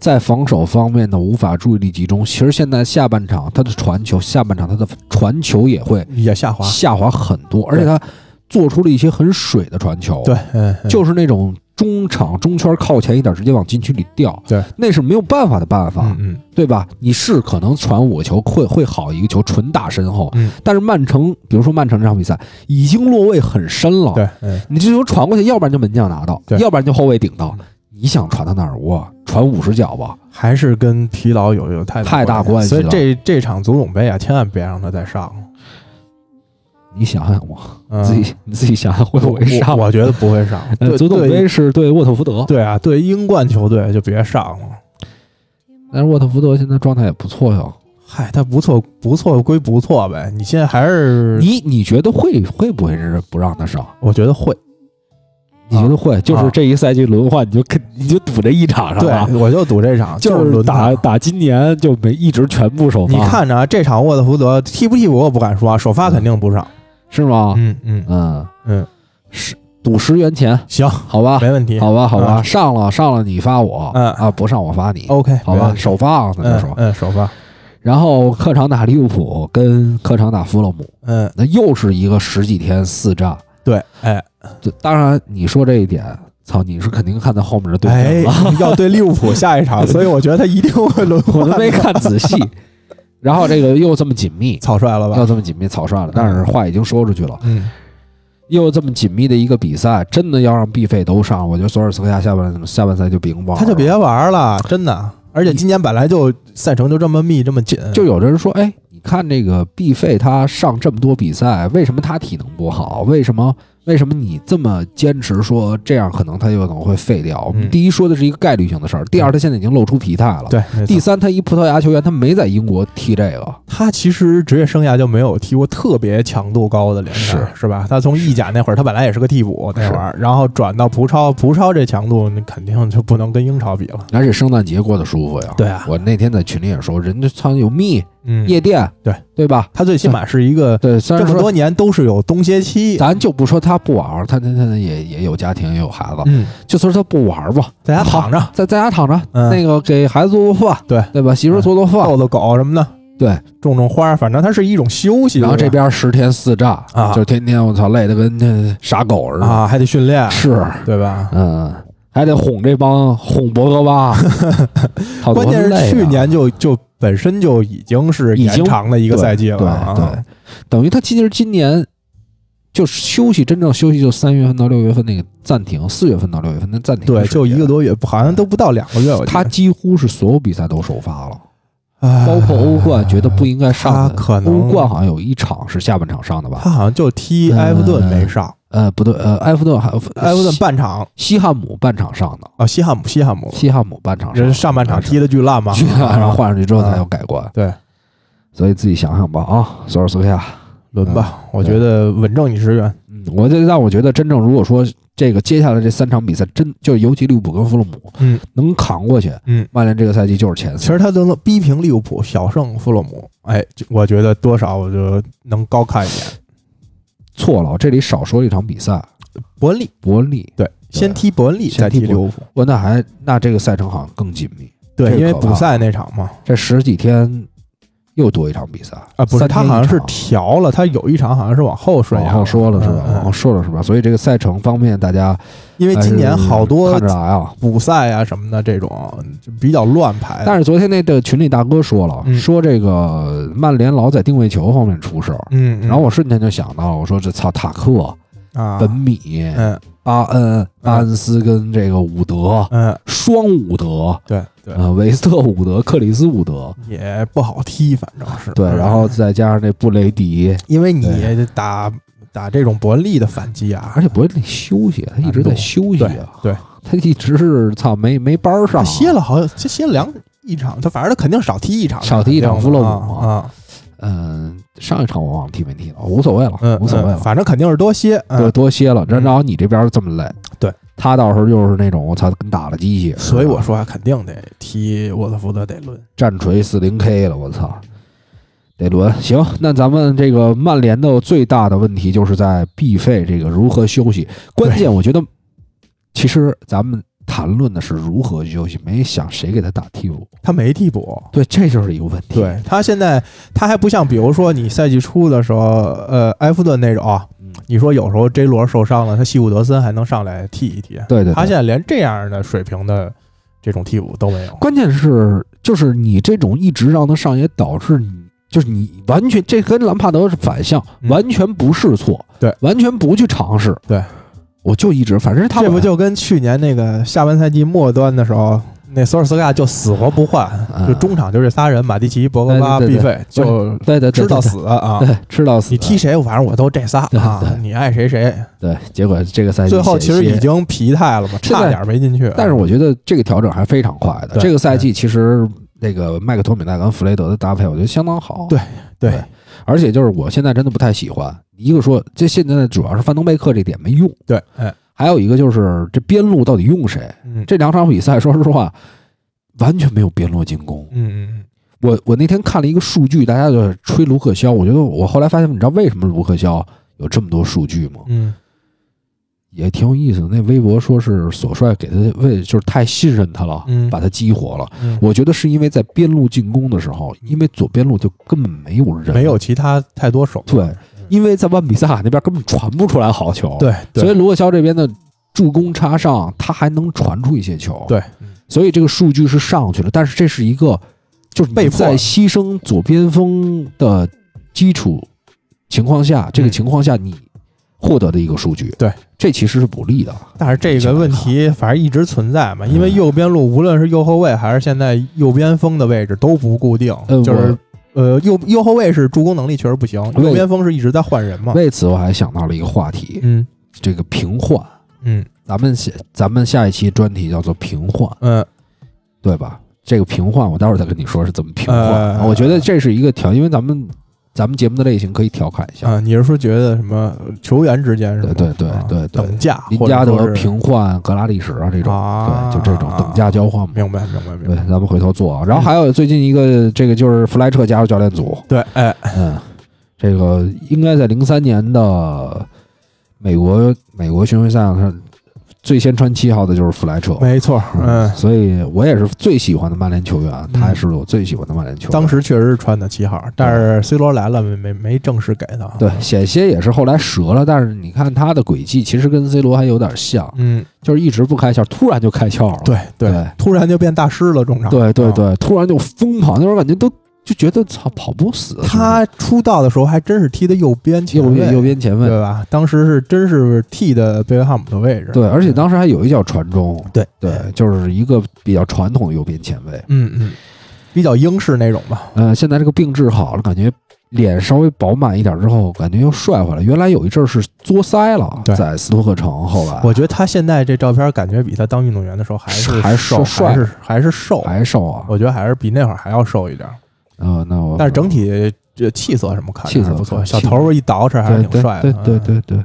B: 在防守方面的无法注意力集中，其实现在下半场他的传球，下半场他的传球也会
C: 也下滑，
B: 下滑很多，而且他做出了一些很水的传球，
C: 对，，嗯，嗯
B: 就是那种中场中圈靠前一点，直接往禁区里掉，
C: 对，
B: 那是没有办法的办法，
C: 嗯嗯
B: 对吧？你是可能传五个球会会好一个球，纯打身后，
C: 嗯
B: 但是曼城，比如说曼城这场比赛已经落位很深了，
C: 对，嗯，
B: 你这球传过去，要不然就门将拿到，
C: 对嗯
B: 要不然就后卫顶到。你想传到哪儿？我传五十脚吧。
C: 还是跟疲劳有有太
B: 太大关系
C: 所以
B: 了
C: 这这场足总杯啊，千万别让他再上了。
B: 你想想我，
C: 嗯
B: 自己你自己想想会不
C: 我
B: 会上？
C: 我觉得不会上。
B: 呃
C: 对
B: 足总
C: 对
B: 杯是对沃特福德，
C: 对啊，对英冠球队就别上了。
B: 但是沃特福德现在状态也不错哟。
C: 嗨，他不错，不错归不错呗。你现在还是，啊
B: 你你觉得会会不会是不让他上？
C: 我觉得会。
B: 你觉得
C: 啊
B: 会？就是这一赛季轮换，你就肯你就赌这一场上
C: 对
B: 吧，，
C: 我啊就赌这场，
B: 就是
C: 轮
B: 打
C: 他。
B: 打今年就没一直全部首发，
C: 你看着啊，这场沃特福德替不替补我不敢说啊，首发肯定不上。
B: 是吗？
C: 嗯嗯
B: 嗯，
C: 嗯，
B: 十赌十元钱，
C: 行，
B: 好吧，
C: 没问题。
B: 好吧，好吧，
C: 嗯
B: 上了上了，你发我，
C: 嗯
B: 啊，不上我发你，
C: ，OK，
B: 好
C: 没
B: 吧
C: 问，题
B: 首发啊，咱就
C: 嗯
B: 说。
C: 嗯，首发，
B: 然后客场打利物浦，跟客场打弗洛姆，
C: 嗯，
B: 那又是一个十几天四战。
C: 对，哎
B: 这当然，你说这一点，操，你是肯定看到后面的对
C: 哎
B: 阵 了，，
C: 要对利物浦下一场，所以我觉得他一定会轮
B: 我
C: 换
B: 都。没看仔细。然后这个又这么紧密，
C: 草率了
B: 又
C: 吧？
B: 这么紧密，草率了，但是话已经说出去了。
C: 嗯，
B: 又这么紧密的一个比赛，真的要让必费都上，我觉得索尔斯克亚下半下半赛就别忘了，
C: 他就别玩了，真的。而且今年本来就赛程就这么密，这么紧，
B: 就有的人说，哎，你看这个毕费他上这么多比赛，为什么他体能不好？为什么为什么你这么坚持说这样可能他有可能会废掉？我们
C: 嗯
B: 第一说的是一个概率性的事儿，第二他现在已经露出疲态了。
C: 对。没错
B: 第三，他一葡萄牙球员，他没在英国踢这个，
C: 他其实职业生涯就没有踢过特别强度高的联赛，
B: 是
C: 是吧？他从意甲那会儿，他本来也是个替补那会儿，然后转到葡超，葡超这强度你肯定就不能跟英超比了。
B: 而且圣诞节过得舒服呀。
C: 对啊
B: 我那天在群里也说，人家操有蜜、
C: 嗯
B: 夜店，
C: 对
B: 对吧？
C: 他最起码是一个
B: 对，虽
C: 这
B: 然
C: 么
B: 说
C: 多年都是有冬歇期，
B: 咱就不说他不玩儿，他他他也也有家庭，也有孩子，
C: 嗯，
B: 就说他不玩儿吧，
C: 在家躺着
B: 在在家躺着，
C: 嗯
B: 那个给孩子做做饭，
C: 对嗯
B: 对吧？媳妇儿做做饭，
C: 逗逗狗什么的，
B: 对。
C: 种种花，反正它是一种休息。
B: 然后
C: 对
B: 这
C: 吧
B: 边十天四炸
C: 啊
B: 就天天我操累得跟那傻狗似的，
C: 啊，还得训 练，
B: 是，
C: 对吧？
B: 嗯，还得哄这帮哄博格 巴，操
C: 关键
B: 多累
C: 是
B: 啊
C: 去年就就本身就已经是
B: 已
C: 延
B: 经
C: 长了一个赛季了
B: 对
C: 啊，
B: 对，等于他其实今年就休息，真正休息就三月份到六月份那个暂停，四月份到六月份那暂停的
C: 对，
B: 时间，
C: 就一个多月，不好像都不到两个月。我记
B: 他
C: 得
B: 几乎是所有比赛都首发了。
C: 唉
B: 包括欧冠，觉得不应该上的。
C: 他可能
B: 欧冠好像有一场是下半场上的吧？
C: 他好像就踢埃弗顿没上，
B: 呃，不对，呃，埃弗顿还
C: 埃弗顿
B: 西
C: 半场
B: 西汉姆半场上的，
C: 啊，西汉姆，西汉姆
B: 西汉姆半场上
C: 人上半场踢的巨烂嘛，
B: 去，然后换上去之后
C: 啊
B: 才有改观。
C: 对，
B: 所以自己想想吧啊，索尔斯克亚，
C: 轮吧，我觉得稳挣你十元，
B: 嗯，我这让我觉得真正如果说这个接下来这三场比赛真就尤其利物浦跟弗洛姆，
C: 嗯，
B: 能扛过去，
C: 嗯，
B: 曼联这个赛季就是前
C: 其
B: 四，
C: 实他都能逼平利物浦，小胜弗洛姆，哎，就我觉得多少我就能高看一眼，
B: 错了，我这里少说一场比赛，
C: 伯恩利
B: 伯恩利，
C: 对，先踢伯恩利，
B: 先
C: 再
B: 踢
C: 踢利物浦，
B: 我那还那这个赛程好像更紧密，
C: 对
B: 这，个
C: 因为
B: 可怕
C: 补赛那场嘛，
B: 这十几天又多一场比赛
C: 啊，不是，
B: 三
C: 他
B: 天一
C: 好像是
B: 场
C: 调了，他有一场好像是往后顺延
B: 往后说了是吧？
C: 嗯嗯
B: 往后说了是吧？所以这个赛程方面，大家
C: 因为今年好多
B: 哎嗯看着来啊。
C: 补赛啊什么的这种就比较乱排，
B: 但是昨天那个群里大哥说了，
C: 嗯
B: 说这个曼联老在定位球方面出事儿，
C: 嗯，嗯
B: 然后我瞬间就想到了，我说这操塔克、
C: 啊，
B: 本米、
C: 嗯
B: 巴恩、巴恩斯跟这个伍德
C: 嗯，
B: 双伍德，
C: 对对，
B: 呃，韦斯特伍德、克里斯伍德，
C: 也不好踢，反正是嗯
B: 对，然后再加上这布雷迪，
C: 因为你打打这种伯恩利的反击啊
B: 而，且不会休息，啊他一直在休息
C: 对
B: 啊，
C: 对，
B: 他一直是操没没班儿上
C: 他
B: 啊，
C: 歇了好像就歇了两一场，他反正他肯定少踢一场，
B: 少踢一场
C: 肯定的
B: 乌勒姆
C: 啊啊，
B: 嗯，上一场我忘了踢没踢了，无所谓了，
C: 嗯，
B: 无所谓
C: 嗯
B: 了，
C: 反正肯定是多歇，
B: 多
C: 嗯，
B: 多歇了。然后你这边这么累，
C: 对
B: 他到时候就是那种我操，跟打了鸡血似的。
C: 所以我说啊肯定得踢沃特福德得抡，
B: 战锤四零 K 了，我操，得轮行。那咱们这个曼联的最大的问题就是在 B 费这个如何休息，关键我觉得，其实咱们谈论的是如何休息，没想谁给他打替补。嗯
C: 他没替补，
B: 对，这就是一个问题。
C: 对他现在，他还不像，比如说你赛季初的时候，呃，埃弗顿那种啊
B: 嗯，
C: 你说有时候 J 罗受伤了，他西伍德森还能上来替一替，
B: 对对对，
C: 他现在连这样的水平的这种替补都没有。
B: 关键是，就是你这种一直让他上，也导致你就是你完全这跟兰帕德是反向，
C: 嗯
B: 完全不试错，
C: 对，
B: 完全不去尝试，
C: 对，
B: 我就一直反正他
C: 这不
B: 们
C: 就跟去年那个下半赛季末端的时候，那索尔斯克亚就死活不换，
B: 嗯
C: 就中场就这仨人，马蒂奇、博格巴、
B: 对对对
C: 毕费，就
B: 对对对
C: 知道
B: 对
C: 死 啊
B: 对。对吃到死，
C: 你踢谁，反正我都这仨
B: 对
C: 啊
B: 对，
C: 你爱谁谁。
B: 对，结果这个赛季
C: 最后其实
B: 险些
C: 已，经疲态了嘛，
B: 现在
C: 差点没进去。啊
B: 但是我觉得这个调整还非常快的。
C: 对
B: 这个赛季其实那个麦克托米奈跟弗雷德的搭配，我觉得相当好。
C: 对对
B: 对而且就是我现在真的不太喜欢，一个说这现在主要是范登贝克这点没用，
C: 对，哎，
B: 还有一个就是这边路到底用谁？
C: 嗯
B: 这两场比赛，说实话，完全没有边路进攻。
C: 嗯嗯
B: 我我那天看了一个数据，大家就吹卢克肖，我觉得我后来发现，你知道为什么卢克肖有这么多数据吗？
C: 嗯
B: 也挺有意思的。那微博说是索帅给他为就是太信任他了，
C: 嗯
B: 把他激活了。
C: 嗯，
B: 我觉得是因为在边路进攻的时候，因为左边路就根本没有人，
C: 没有其他太多手段。
B: 对，因为在万比萨卡那边根本传不出来好球，，
C: 对对，
B: 所以卢克肖这边的助攻插上，他还能传出一些球，
C: 对，
B: 所以这个数据是上去了，但是这是一个就是你
C: 被迫啊
B: 在牺牲左边锋的基础情况下，这个
C: 嗯
B: 情况下你获得的一个数据，
C: 对，
B: 这其实是不利的。
C: 但是这个问题反正一直存在嘛，
B: 嗯
C: 因为右边路无论是右后卫还是现在右边锋的位置都不固定
B: 呃，
C: 就是呃右右后卫是助攻能力确实不行，
B: 为
C: 右边锋是一直在换人嘛。
B: 为此，我还想到了一个话题，
C: 嗯
B: 这个平换。
C: 嗯
B: 咱们下咱们下一期专题叫做平换，
C: 嗯，
B: 对吧？这个平换，我待会儿再跟你说是怎么平换。
C: 呃
B: 我觉得这是一个调，因为咱们咱们节目的类型可以调侃一下。
C: 啊，你是说觉得什么球员之间是吧？
B: 对对
C: 啊
B: 对对对
C: 等价，
B: 林
C: 或者
B: 加
C: 说
B: 德
C: 是
B: 平换格拉利什啊，这种，
C: 啊
B: 对，就这种等价交换嘛。
C: 明白明白明
B: 对，
C: 白。
B: 咱们回头做啊。然后还有最近一个，这个就是弗莱彻加入教练组，
C: 对，哎，
B: 嗯，这个应该在零三年的美国美国巡回赛上，最先穿七号的就是弗莱彻，
C: 没错，嗯，
B: 所以我也是最喜欢的曼联球员，啊他也
C: 嗯
B: 是我最喜欢的曼联球员。
C: 当时确实是穿的七号，但是 C 罗来了没没没正式给他。
B: 对，险些也是后来折了，但是你看他的轨迹其实跟 C 罗还有点像，
C: 嗯，
B: 就是一直不开窍，突然就开窍了。
C: 对
B: 对
C: 突然就变大师了，中场。
B: 对对
C: 啊
B: 对，突然就疯跑，那时候感觉都就觉得操跑不死。啊
C: 嗯他出道的时候还真是踢的右边
B: 就是
C: 前
B: 右
C: 卫，
B: 边右边前卫，
C: 对吧？当时是真是替的贝克汉姆的位置。
B: 对，而且当时还有一脚传中，
C: 嗯对
B: 对，就是一个比较传统的右边前卫。
C: 嗯嗯，比较英式那种吧。
B: 呃，现在这个病治好了，感觉脸稍微饱满一点之后，感觉又帅回来。原来有一阵儿是作腮了，
C: 对
B: 在斯托克城后来
C: 我觉得他现在这照片感觉比他当运动员的时候还是
B: 啊还是
C: 瘦，
B: 帅
C: 还是还是瘦。
B: 还瘦啊，
C: 我觉得还是比那会儿还要瘦一点，
B: 嗯、那我
C: 但是整体这气色什么看着
B: 气色
C: 还不错，
B: 看
C: 小头儿一捯饬还
B: 对
C: 是挺帅的。
B: 对对对
C: 嗯，
B: 对对，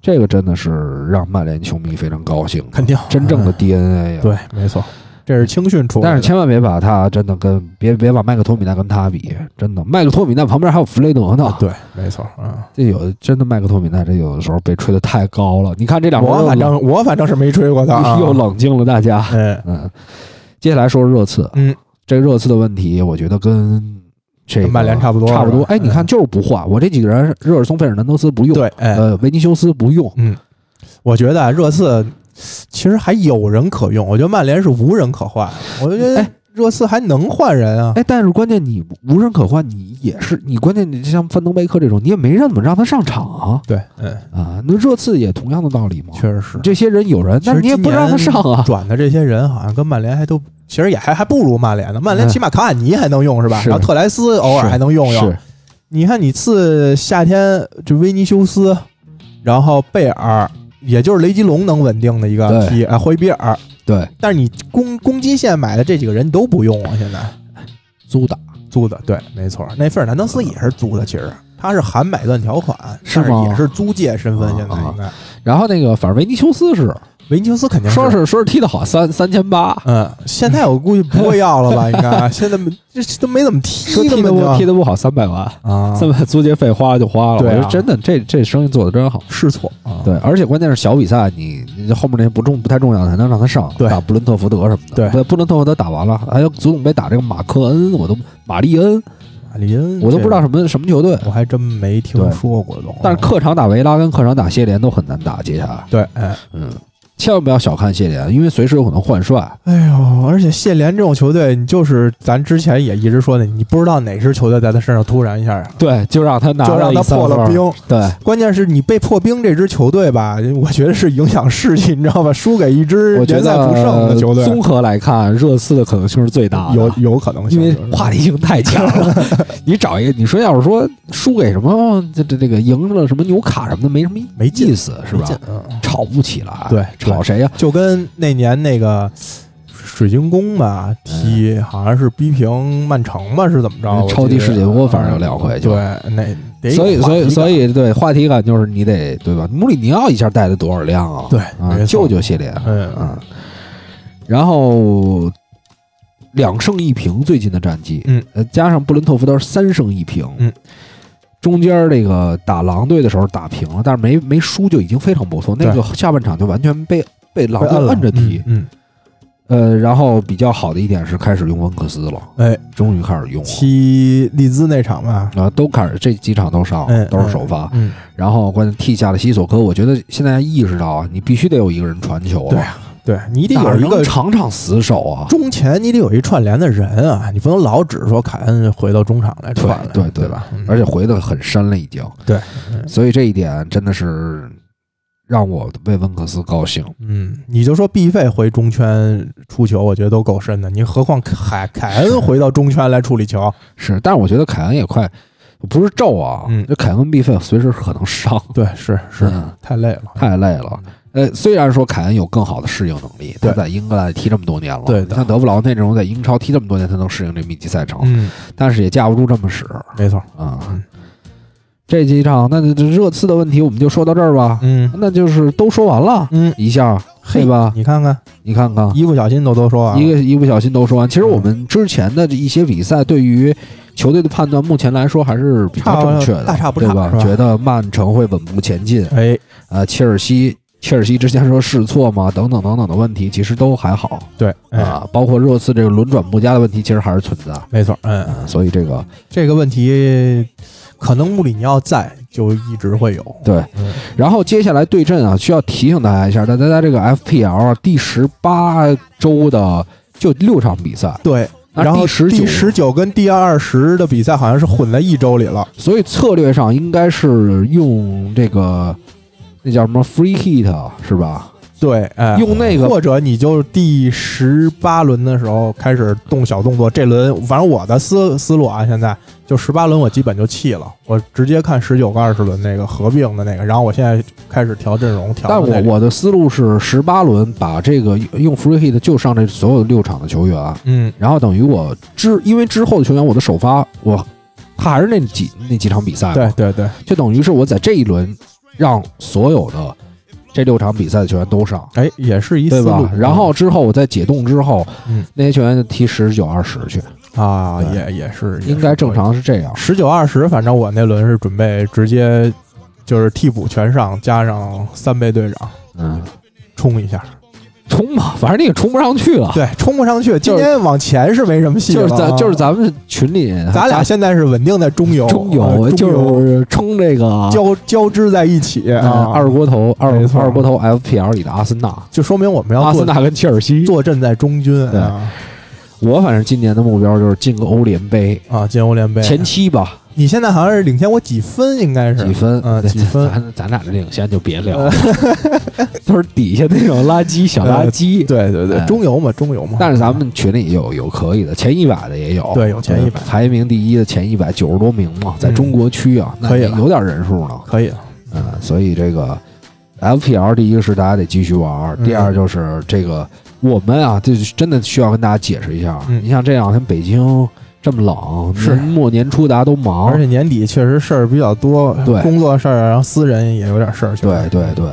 B: 这个真的是让曼联球迷非常高兴的，啊
C: 肯定
B: 真正的 DNA 呀、
C: 嗯对，没错，这是青训出来
B: 啊
C: 的。
B: 但是千万别把他真的跟别别把麦克托米奈跟他比，真的麦克托米奈旁边还有弗雷德呢。
C: 对，没错，嗯。
B: 这有的真的麦克托米奈，这有的时候被吹得太高了。你看这两
C: 我
B: 轮
C: 反
B: 又
C: 正我反正是没追过他啊，
B: 冷又冷静了大家。
C: 嗯
B: 嗯，接下来说热刺，
C: 嗯
B: 这热刺的问题，我觉得跟这个
C: 曼联差不多了嗯
B: 差不多。
C: 吧
B: 哎，你看，就是不换，我这几个人，热尔松、费尔南德斯不用，
C: 对，哎，
B: 呃，维尼修斯不用，
C: 嗯，我觉得啊热刺其实还有人可用，我觉得曼联是无人可换，我就觉得
B: 哎
C: 热刺还能换人啊。
B: 哎，但是关键你无人可换，你也是你关键你就像范登贝克这种，你也没让怎么让他上场啊
C: 对，嗯，
B: 啊！那热刺也同样的道理嘛，
C: 确实是。
B: 这些人有人，但
C: 其实
B: 你也
C: 今
B: 不让他
C: 年
B: 上啊，
C: 转的这些人好像跟曼联还都，其实也还还不如曼联呢。曼
B: 嗯
C: 联起码卡瓦尼还能用是吧？
B: 是
C: 然后特莱斯偶尔还能用用
B: 是。
C: 你看，你次夏天就维尼修斯，然后贝尔，也就是雷吉隆能稳定的一个
B: 对
C: 踢啊，霍伊比尔。
B: 对
C: 但是你攻攻击线买的这几个人你都不用啊，现在
B: 租的，
C: 租的，对，没错。那费尔南德斯也是租的，其实他是含买断条款，
B: 是吗
C: 但也是租借身份，
B: 啊
C: 现在应该。
B: 然后那个反正维尼修斯是
C: 维尼修斯肯定
B: 说是说是踢得好，三三千八，
C: 嗯，现在我估计不会 要了吧？应该现在没这这都没怎么
B: 说
C: 踢
B: 踢
C: 了
B: 得不
C: 嘛，
B: 踢
C: 就
B: 得不好三百万，
C: 啊，
B: 三百租借费花就花了，
C: 对啊
B: 我觉得真的这这生意做得真好。
C: 试错啊，
B: 对，而且关键是小比赛，你你后面那不重不太重要，才能让他上
C: 对
B: 打布伦特福德什么的。
C: 对
B: 布伦特福德打完了，还有足总杯打这个马克恩，我都马利恩，
C: 马林
B: 我都不知道什么什么球队。
C: 我还真没听
B: 对
C: 说过都。
B: 但是客场打维拉跟客场打谢联都很难打，接下来，
C: 对，哎，
B: 嗯，千万不要小看谢联，因为随时有可能换帅。
C: 哎呦，而且谢联这种球队，你就是咱之前也一直说的，你不知道哪支球队在他身上突然一下，啊
B: 对，就让他拿
C: 就让
B: 一
C: 他
B: 三
C: 破了
B: 分
C: 冰。
B: 对，
C: 关键是你被破冰这支球队吧，我觉得是影响士气，你知道吧？输给一支
B: 我觉
C: 联赛不胜的
B: 得
C: 球队，
B: 综合来看，热刺的可能性是最大的。
C: 有有可能
B: 因
C: 性，
B: 为
C: 就是
B: 话题性太强了。 你找一个，你说要是说输给什么，这这这个赢了什么纽卡什么的，没什么
C: 没劲
B: 意思，是吧？
C: 嗯
B: 吵不起来，
C: 对
B: 吵谁呀？
C: 就跟那年那个水晶宫吧踢，好像是逼平曼城吧，是怎么着？我记得
B: 哎超级世界波反正有两回就
C: 对，那得有
B: 所以，
C: 话
B: 所以，
C: 题
B: 所
C: 感，
B: 以，对话题感就是你得对吧？穆里尼奥一下带了多少辆啊？
C: 对
B: 啊
C: 没，错
B: 救救谢联，
C: 嗯
B: 嗯。然后两胜一平最近的战绩，
C: 嗯
B: 呃，加上布伦特福德三胜一平，
C: 嗯，
B: 中间这个打狼队的时候打平了，但是没没输就已经非常不错，那
C: 对
B: 个下半场就完全被被狼
C: 被
B: 队
C: 摁了
B: 摁着踢，
C: 嗯，
B: 呃，然后比较好的一点是开始用温克斯了，
C: 嗯哎，
B: 终于开始用了。
C: 踢利兹那场吧，
B: 啊，都开始这几场都上，
C: 嗯
B: 都是首发，
C: 嗯，
B: 然后关键替下了西索科，我觉得现在意识到啊，你必须得有一个人传球
C: 对
B: 了，
C: 啊，对你得
B: 哪
C: 有一
B: 能
C: 个。
B: 场场死守啊。
C: 中前你得有一串联的人啊，你不能老只说凯恩回到中场来
B: 对
C: 串来，
B: 对
C: 对
B: 对
C: 吧？嗯
B: 而且回的很深了，已经。
C: 对，嗯
B: 所以这一点真的是让我为温克斯高兴。
C: 嗯，你就说 B 费回中圈出球，我觉得都够深的。你何况凯凯恩回到中圈来处理球，
B: 是，但是我觉得凯恩也快，不是咒啊，
C: 嗯
B: 这凯恩必费随时可能伤，
C: 对，是是，
B: 嗯
C: 太累了。
B: 太累了。呃，虽然说凯恩有更好的适应能力，他
C: 对
B: 在英格兰踢这么多年了，
C: 对的
B: 你像德布劳内这种在英超踢这么多年，他能适应这密集赛程，
C: 嗯，
B: 但是也架不住这么使
C: 没错。
B: 啊。
C: 嗯
B: 这几场，那这热刺的问题我们就说到这儿吧，
C: 嗯
B: 那就是都说完了，
C: 嗯，
B: 一下对吧？
C: 你看看，
B: 你看看，
C: 一不小心都都说完啊
B: 一
C: 了。
B: 个一不小心都说完。其实我们之前的这一些比赛，对于球队的判断，目前来说还是比较正确的，
C: 大差不差
B: 对吧？
C: 是吧
B: 觉得曼城会稳步前进，
C: 哎，
B: 呃，切尔西，切尔西之前说试错嘛，等等等等的问题，其实都还好
C: 对，哎，
B: 啊，包括热刺这个轮转不佳的问题，其实还是存在。
C: 没错，嗯，
B: 嗯，所以这个
C: 这个问题可能穆里尼奥在就一直会有。
B: 对，
C: 嗯
B: 然后接下来对阵啊，需要提醒大家一下，大家在这个 FPL 第十八周的就六场比赛，
C: 对，
B: 那
C: 然后
B: 第十九
C: 第十九跟第二十的比赛好像是混在一周里了。
B: 所以策略上应该是用这个那叫什么 free hit 是吧？
C: 对，哎，
B: 用那个
C: 或者你就第十八轮的时候开始动小动作，这轮反正我的思思路啊，现在就十八轮我基本就弃了，我直接看十九跟二十轮那个合并的那个，然后我现在开始调阵容，调
B: 但
C: 到那
B: 我
C: 里
B: 我的思路是十八轮把这个用 free hit 就上这所有六场的球员，啊
C: 嗯
B: 然后等于我之因为之后的球员我的首发我他还是那几那几场比赛，
C: 对，对对，
B: 就等于是我在这一轮让所有的这六场比赛的球员都上。
C: 哎，也是一
B: 对
C: 思路
B: 吧？。然后之后我在解冻之后，
C: 嗯
B: 那些球员就踢十九二十去，
C: 啊，
B: 对
C: 也也是
B: 应该正。常是这样。
C: 十九二十，反正我那轮是准备直接就是替补全上，加上三倍队长
B: 嗯，
C: 冲一下。
B: 冲吧，反正你也冲不上去了。
C: 对，冲不上去。今
B: 就是
C: 天往前是没什么戏
B: 就是
C: 了
B: 咱
C: 啊
B: 就是咱们群里，
C: 咱俩现在是稳定在中游，
B: 中
C: 呃
B: 游
C: 中游
B: 就是啊冲这个
C: 交交织在一起
B: 呃
C: 啊。
B: 二锅头二
C: 没错
B: 二锅头 FPL 里的阿森纳，
C: 就说明我们要
B: 阿
C: 坐
B: 森纳跟切尔西。
C: 坐镇在中军
B: 对
C: 啊
B: 我反正今年的目标就是进个欧联杯
C: 啊！进欧联杯
B: 前七吧，
C: 你现在好像是领先我几分，应该是
B: 几分？
C: 嗯，
B: 对
C: 几分？呃
B: 咱咱俩这领先就别聊了，都是底下那种垃圾小垃圾。
C: 对对对
B: 哎，
C: 中游嘛，中游嘛。
B: 但是咱们群里有有可以的，前一百的也有，呃
C: 对有前一百嗯
B: 排名第一的前一百九十多名嘛，在中国区啊，那
C: 可以
B: 也
C: 了
B: 有点人数呢。
C: 可以，
B: 嗯，所以这个 FPL 第一个是大家得继续玩，
C: 嗯
B: 第二就是这个我们啊，这真的需要跟大家解释一下。
C: 嗯
B: 你像这两天北京这么冷，
C: 是
B: 年末年初大家都忙
C: 而，且年底确实事儿比较多，
B: 对
C: 工作事儿，啊然后私人也有点事儿。确
B: 对
C: 实
B: 对对，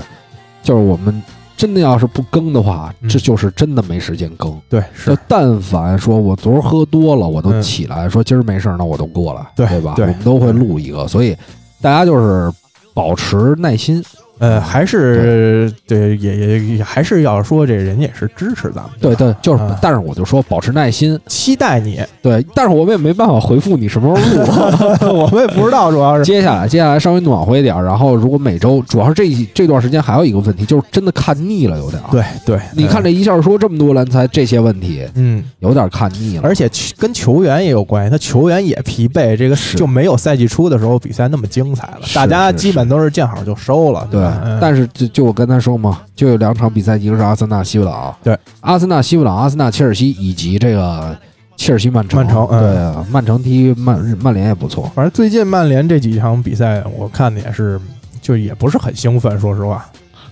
B: 就是我们真的要是不更的话，
C: 嗯
B: 这就是真的没时间更。
C: 对，
B: 就是但凡说我昨儿喝多了，我都
C: 嗯
B: 起来、说今儿没事儿，那我都过来，
C: 对
B: 吧？
C: 对
B: 我们都会录一个，所以大家就是保持耐心。
C: 呃，还是对，也也也还是要说这人也是支持咱们，
B: 对
C: 吧
B: 对，就是，
C: 嗯
B: 但是我就说保持耐心。
C: 期待你，
B: 对，但是我们也没办法回复你什么时候录。啊
C: 我们也不知道，主要是
B: 接下来，接下来稍微暖和一点儿，然后如果每周，主要是这一这段时间还有一个问题，就是真的看腻了，有点儿。
C: 对对，
B: 你看这
C: 这，
B: 一下说这么多篮才这些问题，
C: 嗯。
B: 有点儿看腻了。
C: 而且球跟球员也有关系，他球员也疲惫，这个
B: 是
C: 就没有赛季初的时候比赛那么精彩了，
B: 是
C: 大家
B: 是
C: 基本都是见好就收了，
B: 对
C: 吧？，嗯
B: 但是就就我刚才说嘛，就有两场比赛，一个是阿森纳西布朗，
C: 对，
B: 阿森纳西布朗、阿森纳切尔西以及这个切尔西曼城，
C: 曼城嗯
B: 对啊，曼城踢曼曼联也不错，
C: 反正最近曼联这几场比赛，我看的也是，就也不是很兴奋，说实话，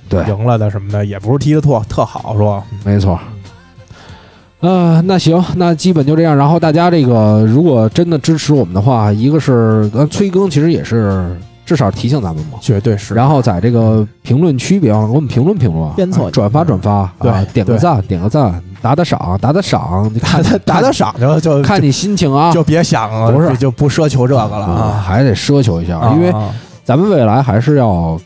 B: 对，
C: 赢了的什么的，也不是踢得特特好，是吧？
B: 没错。呃，那行，那基本就这样。然后大家这个如果真的支持我们的话，一个是呃催更，其实也是至少提醒咱们嘛。
C: 绝对是。
B: 然后在这个评论区别忘了给我们评论评论，
C: 鞭策
B: 转发转发，
C: 对
B: 啊，点个
C: 对
B: 赞，点个赞，打打赏，打打赏，你看
C: 打打打赏就就
B: 看你心情啊，
C: 就别想了，
B: 不是
C: 就就不奢求这个了
B: 啊，
C: 啊，
B: 还得奢求一下，因为
C: 啊
B: 咱们未来还是要，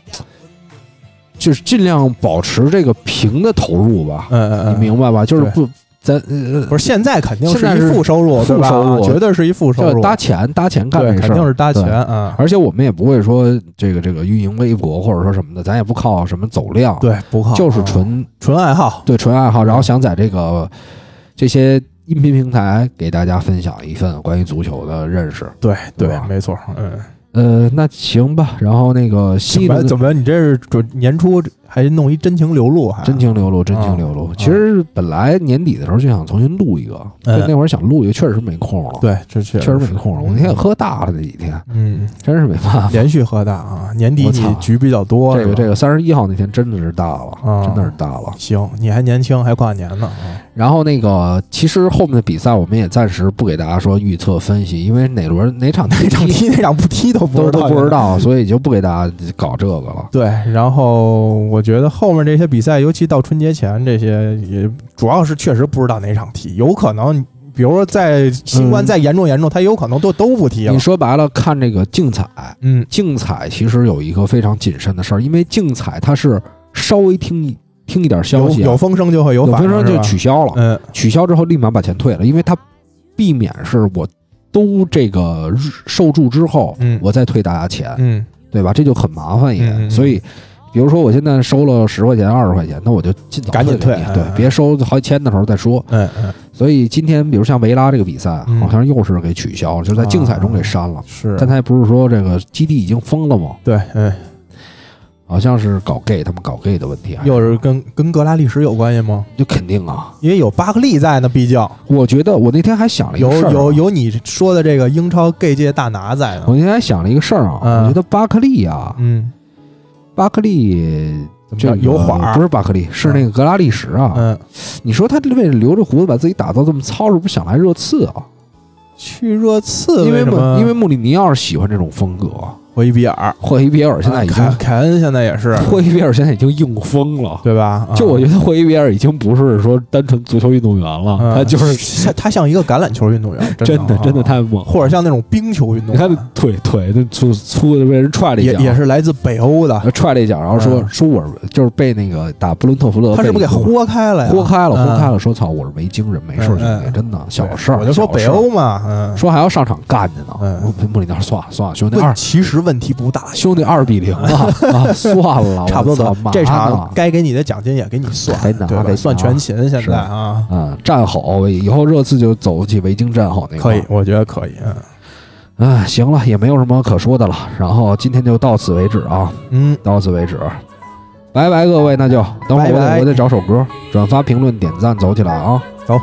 B: 就是尽量保持这个平的投入吧，
C: 嗯嗯
B: 你
C: 嗯，
B: 明白吧？就是
C: 对
B: 不，咱呃，
C: 不是现在肯定
B: 现在
C: 一
B: 是
C: 负收入，
B: 负
C: 对吧
B: 收入
C: 绝对是一负收
B: 就
C: 入，
B: 搭钱搭钱干
C: 对，
B: 这事儿，
C: 肯定是搭钱
B: 对。
C: 啊，
B: 而且我们也不会说这个这个运营微博或者说什么的，咱也不靠什么走量，，
C: 对，不靠，
B: 就是
C: 啊
B: 纯
C: 纯爱好，
B: 对纯爱好，然后想在这个这些音频平台给大家分享一份关于足球的认识。
C: 对
B: 对
C: 对
B: 吧，
C: 没错，嗯，
B: 呃，那行吧，然后那个
C: 怎
B: 新
C: 么
B: 的
C: 怎么你这是准年初还弄一真情流露，还
B: 真情流露，真
C: 啊
B: 情流露。其实本来年底的时候就想重新录一个，
C: 嗯
B: 就那会儿想录一个，确实没空了，，
C: 对，这确
B: 确实没空了。我那天也喝大了这几天，
C: 嗯，
B: 真是没办法。
C: 连续喝大啊，年底
B: 我操
C: 你局比较多，
B: 这个
C: 是吧
B: 这个三十一号那天真的是大了，
C: 啊
B: 真的是大了。
C: 行，你还年轻，还跨年 呢，啊
B: 然后那个，其实后面的比赛我们也暂时不给大家说预测分析，因为哪轮哪场哪
C: 哪 场踢哪场不踢都不
B: 都
C: 知
B: 都
C: 道，
B: 不知。道，所以就不给大家搞这个了。
C: 对，然后我觉得后面这些比赛，尤其到春节前这些，也主要是确实不知道哪场踢，有可能，比如说在新冠
B: 嗯
C: 再严重严重，他有可能都都不踢了
B: 你。说白了，看这个竞彩，
C: 嗯，
B: 竞彩其实有一个非常谨慎的事儿，因为竞彩它是稍微听一听一点消
C: 有
B: 息啊、
C: 有风声就会有
B: 有
C: 反
B: 分
C: 应，
B: 声就是
C: 吧
B: 取消了，
C: 嗯
B: 取消之后立马把钱退了，因为它避免是我都这个入受注之后，
C: 嗯
B: 我再退大家钱，
C: 嗯
B: 对吧？这就很麻烦也，
C: 嗯嗯嗯
B: 所以。比如说，我现在收了十块钱、二十块钱，那我就尽早
C: 赶紧
B: 退给
C: 退
B: 你，
C: 嗯
B: 对，
C: 嗯
B: 别收好几千的时候再说。
C: 嗯嗯，
B: 所以今天，比如像维拉这个比赛，啊
C: 嗯
B: 好像又是给取消了，就是在竞彩中给删了。
C: 是
B: 但他也不是说这个基地已经封了吗？
C: 对，嗯，
B: 好像是搞 gay，他们搞 gay 的问题啊，
C: 又是跟跟格拉利什有关系吗？
B: 就肯定啊。
C: 因为有巴克利在呢，毕竟
B: 我觉得我那天还想了一个
C: 有
B: 事儿啊、
C: 有有你说的这个英超 gay 界大拿在呢
B: 我。那天还想了一个事儿啊，
C: 嗯
B: 我觉得巴克利啊，
C: 嗯，
B: 巴克利
C: 怎么
B: 这
C: 着
B: 个
C: 有缓儿
B: 不是巴克利，是
C: 嗯
B: 那个格拉利什啊。
C: 嗯，
B: 你说他为了留着胡子把自己打造这么糙，是不是想来热刺啊？
C: 去热刺
B: 因为
C: 呃什
B: 穆
C: 么？
B: 因为穆里尼奥是喜欢这种风格，
C: 霍伊比尔，
B: 霍伊比尔现在已
C: 凯
B: 经，
C: 啊凯恩现在也是，
B: 霍伊比尔现在已经硬疯了。
C: 对吧？啊
B: 就我觉得霍伊比尔已经不是说单纯足球运动员了，
C: 嗯
B: 他就是
C: 他他像一个橄榄球运动员，
B: 真
C: 的
B: 的真的
C: 啊
B: 太猛。
C: 或者像那种冰球运动
B: 你看他
C: 员，
B: 腿腿那粗粗的被人踹了一
C: 也
B: 脚，
C: 也是来自北欧的，
B: 踹了一脚，然后说、
C: 嗯
B: 说我是就是被那个打布伦特福德，
C: 他是不是给
B: 被一个
C: 豁开了呀？
B: 豁开了，
C: 嗯
B: 豁开了，说操，我是维京人，没事，
C: 嗯
B: 兄弟，
C: 嗯
B: 真的小
C: 对
B: 事儿。
C: 我就说
B: 小
C: 北
B: 事儿
C: 欧嘛，嗯，
B: 说还要上场干去呢。
C: 嗯
B: 我穆里尼奥说算了算了，兄弟
C: 问
B: 二
C: 其实问题不大，
B: 兄弟二比零 了，啊算了，
C: 差不多
B: 我
C: 得
B: 操
C: 这
B: 妈
C: 场
B: 呢
C: 该给你的奖金也给你算
B: 该拿，
C: 对
B: 该拿
C: 吧？算全勤现
B: 是
C: 在啊，
B: 啊，战吼，以后热刺就走起维京战吼那个。
C: 可以，我觉得可以，嗯
B: 啊，行了，也没有什么可说的了。然后今天就到此为止啊，
C: 嗯，
B: 到此为止，拜拜各位，那就等会儿我得
C: 拜拜
B: 我得找首歌，转发、评论、点赞，走起来啊！
C: 走。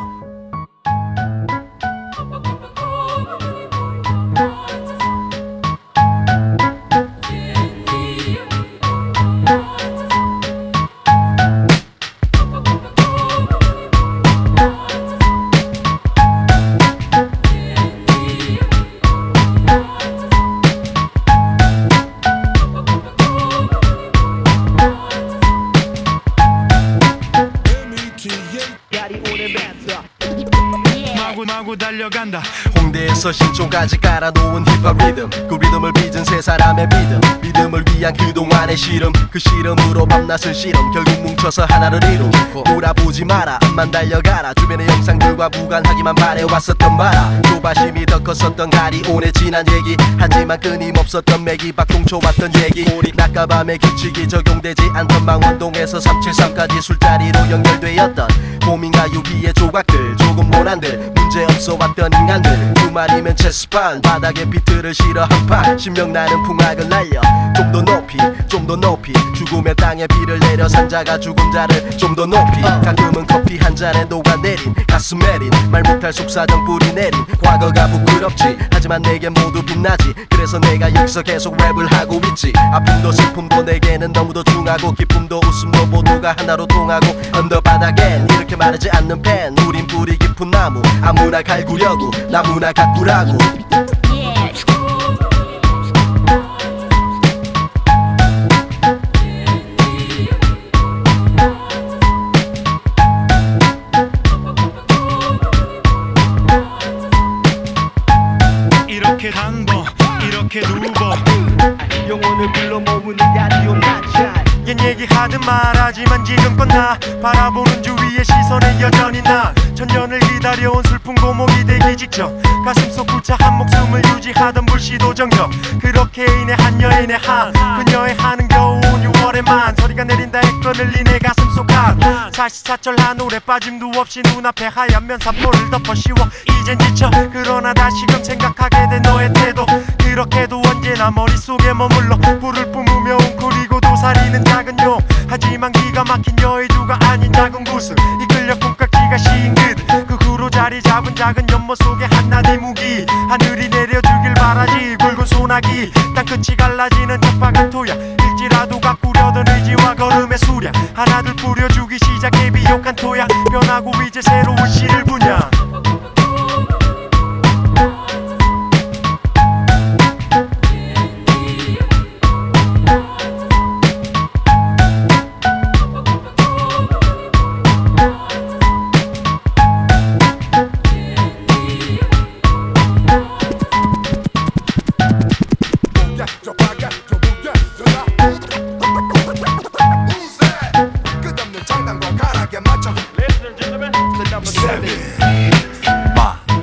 D: 마구 마구 달려간다 홍대에서 신촌까지 깔아놓은 힙합 리듬 그 리듬을 빚은 세 사람의 믿음 믿음을 위한 그동안의 실험 그 실험으로 밤낮을 실험 결국 뭉쳐서 하나를 이룬 돌아보지 마라 앞만 달려가라 주변의 영상들과 무관하기만 바래왔었던 마라 조바심이 더 컸었던 가리온의 지난 얘기 하지만 끊임없었던 맥이 박동초 왔던 얘기 우리 낮가밤의 규칙이 적용되지 않던 망원동에서 373까지 술자리로 연결되었던 고민과 유비의 조각들 조금 모난들 문제없어 왔던 인간들 두 마리면 체스판 바닥에 비트를 실어 한판 신명나는 풍악을 날려 좀 더 높이 좀 더 높이 죽음의 땅에 비를 내려 산자가 죽은 자를 좀 더 높이 가끔은 커피 한 잔에 녹아내린 가슴 내린 말 못할 속사정 뿌리 내린 과거가 부끄럽지 하지만 내겐 모두 빛나지 그래서 내가 여기서 계속 랩을 하고 있지 아픔도 슬픔도 내게는 너무도 중하고 기쁨도 웃음도 모두가 하나로 통하고 언더바닥엔 이렇게 마르지 않는 팬 우린 뿌리 깊은 나무 아무나 갈구려고 나무나 가꾸라고
E: 이렇게 한번 이렇게 두번
D: 영혼을 불러 모으는 라디오 낮
E: 옛 얘기하든 말하지만 지금껏 나 바라보는 주위의 시선에 여전히 나 천년을 기다려온 슬픈 고목이 되기 직전 가슴 속 굴착한 목숨을 유지하던 불시도 정점 그렇게 인해 한 여인의 한 그녀의 한은 겨우 6월에만 소리가 내린다 했건을 이내 가슴 속한 사시사철한 노래 빠짐도 없이 눈앞에 하얀 면사포를 덮어 씌워 이젠 지쳐 그러나 다시금 생각하게 된 너의 태도 그렇게도 언제나 머릿속에 머물러 불을 뿜으며 웅크리고 도사리는 작은 용 하지만 기가 막힌 여의주가 아닌 작은 구슬 이끌려 콩깍지가 씌인 듯그 후로 자리 잡은 작은 연못 속에 한나디 무기 하늘이 내려주길 바라지 굵은 소나기 땅끝이 갈라지는 적박한 토야 일지라도 가꾸려던 의지와 걸음의 수량 하나둘 뿌려주기 시작해 비옥한 토야 변하고 이제 새로운 씨를 분야
F: 끝없는 장난과 가락에 맞춰 Seven.
G: 마구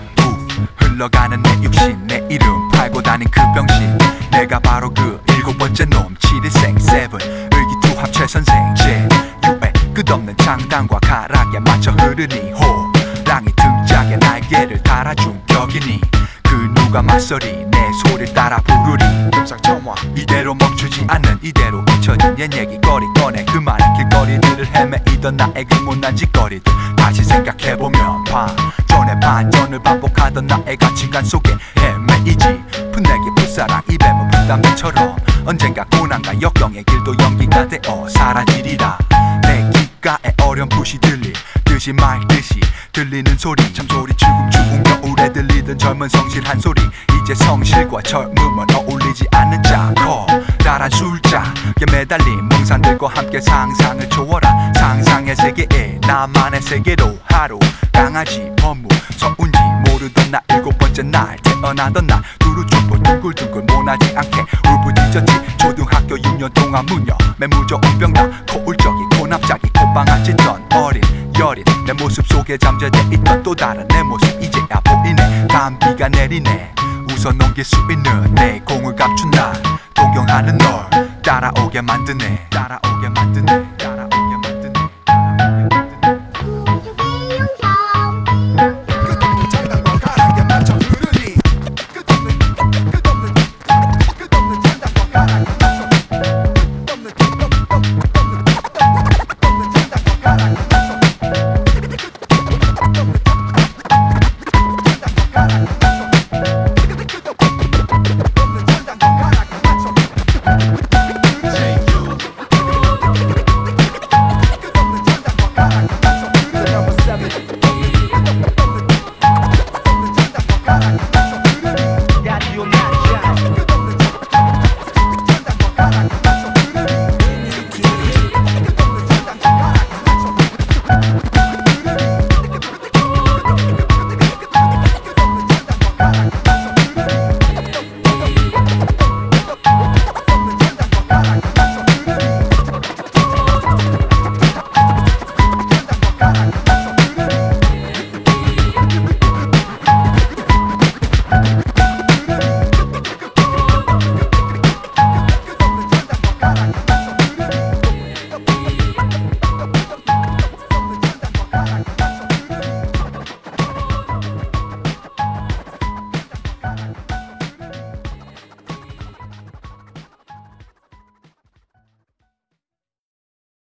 G: 흘러가는 내 육신 내 이름 팔고 다닌 그 병신 내가 바로 그 일곱 번째 놈 칠일생 세븐 의기투합 최선생 제유의 끝없는 장단과 가락에 맞춰 흐르니 호랑이 등짝에 날개를 달아준 격이니 그 누가 맞서리 내 소리를 따라 부르리
F: 금상 청화
G: 이대로 멈추지 않는 이대로 잊혀진 옛 얘기거리 꺼내 그만의 길거리들을 헤매이던 나의 그 못난 짓거리들 다시 생각해보면 반전의 반전을 반복하던 나의 가치관 속에 헤매이지 풋내기 풋사랑 입에 문 풋담배처럼 언젠가 고난과 역경의 길도 연기가 되어 사라지리라 내 귓가에 어렴풋이 들릴 듯이 말듯이 들리는 소리 참소리 죽음 죽음 겨울 술에 들리던 젊은 성실한 소리 이제 성실과 젊음은 어울리지 않는 짝커 나란 술자에 매달린 몽산들과 함께 상상을 초월한 상상의 세계에 나만의 세계로 하루 강아지 법무 서운지 모르던 나 일곱 번째 날 태어나던 날 두루 춥고 둥글둥글 모나지 않게 울부짖었지 초등학교 6년 동안 무녀 매무저 온병나 코울적인 고납작이 콧방아찌 던 어린 여린 내 모습 속에 잠재돼 있던 또 다른 내 모습 이제야 보이네 감비가 내리네 웃어 넘길 수 있는 내 공을 감춘 나 동경하는 널 따라오게 만드네 따라오게 만드네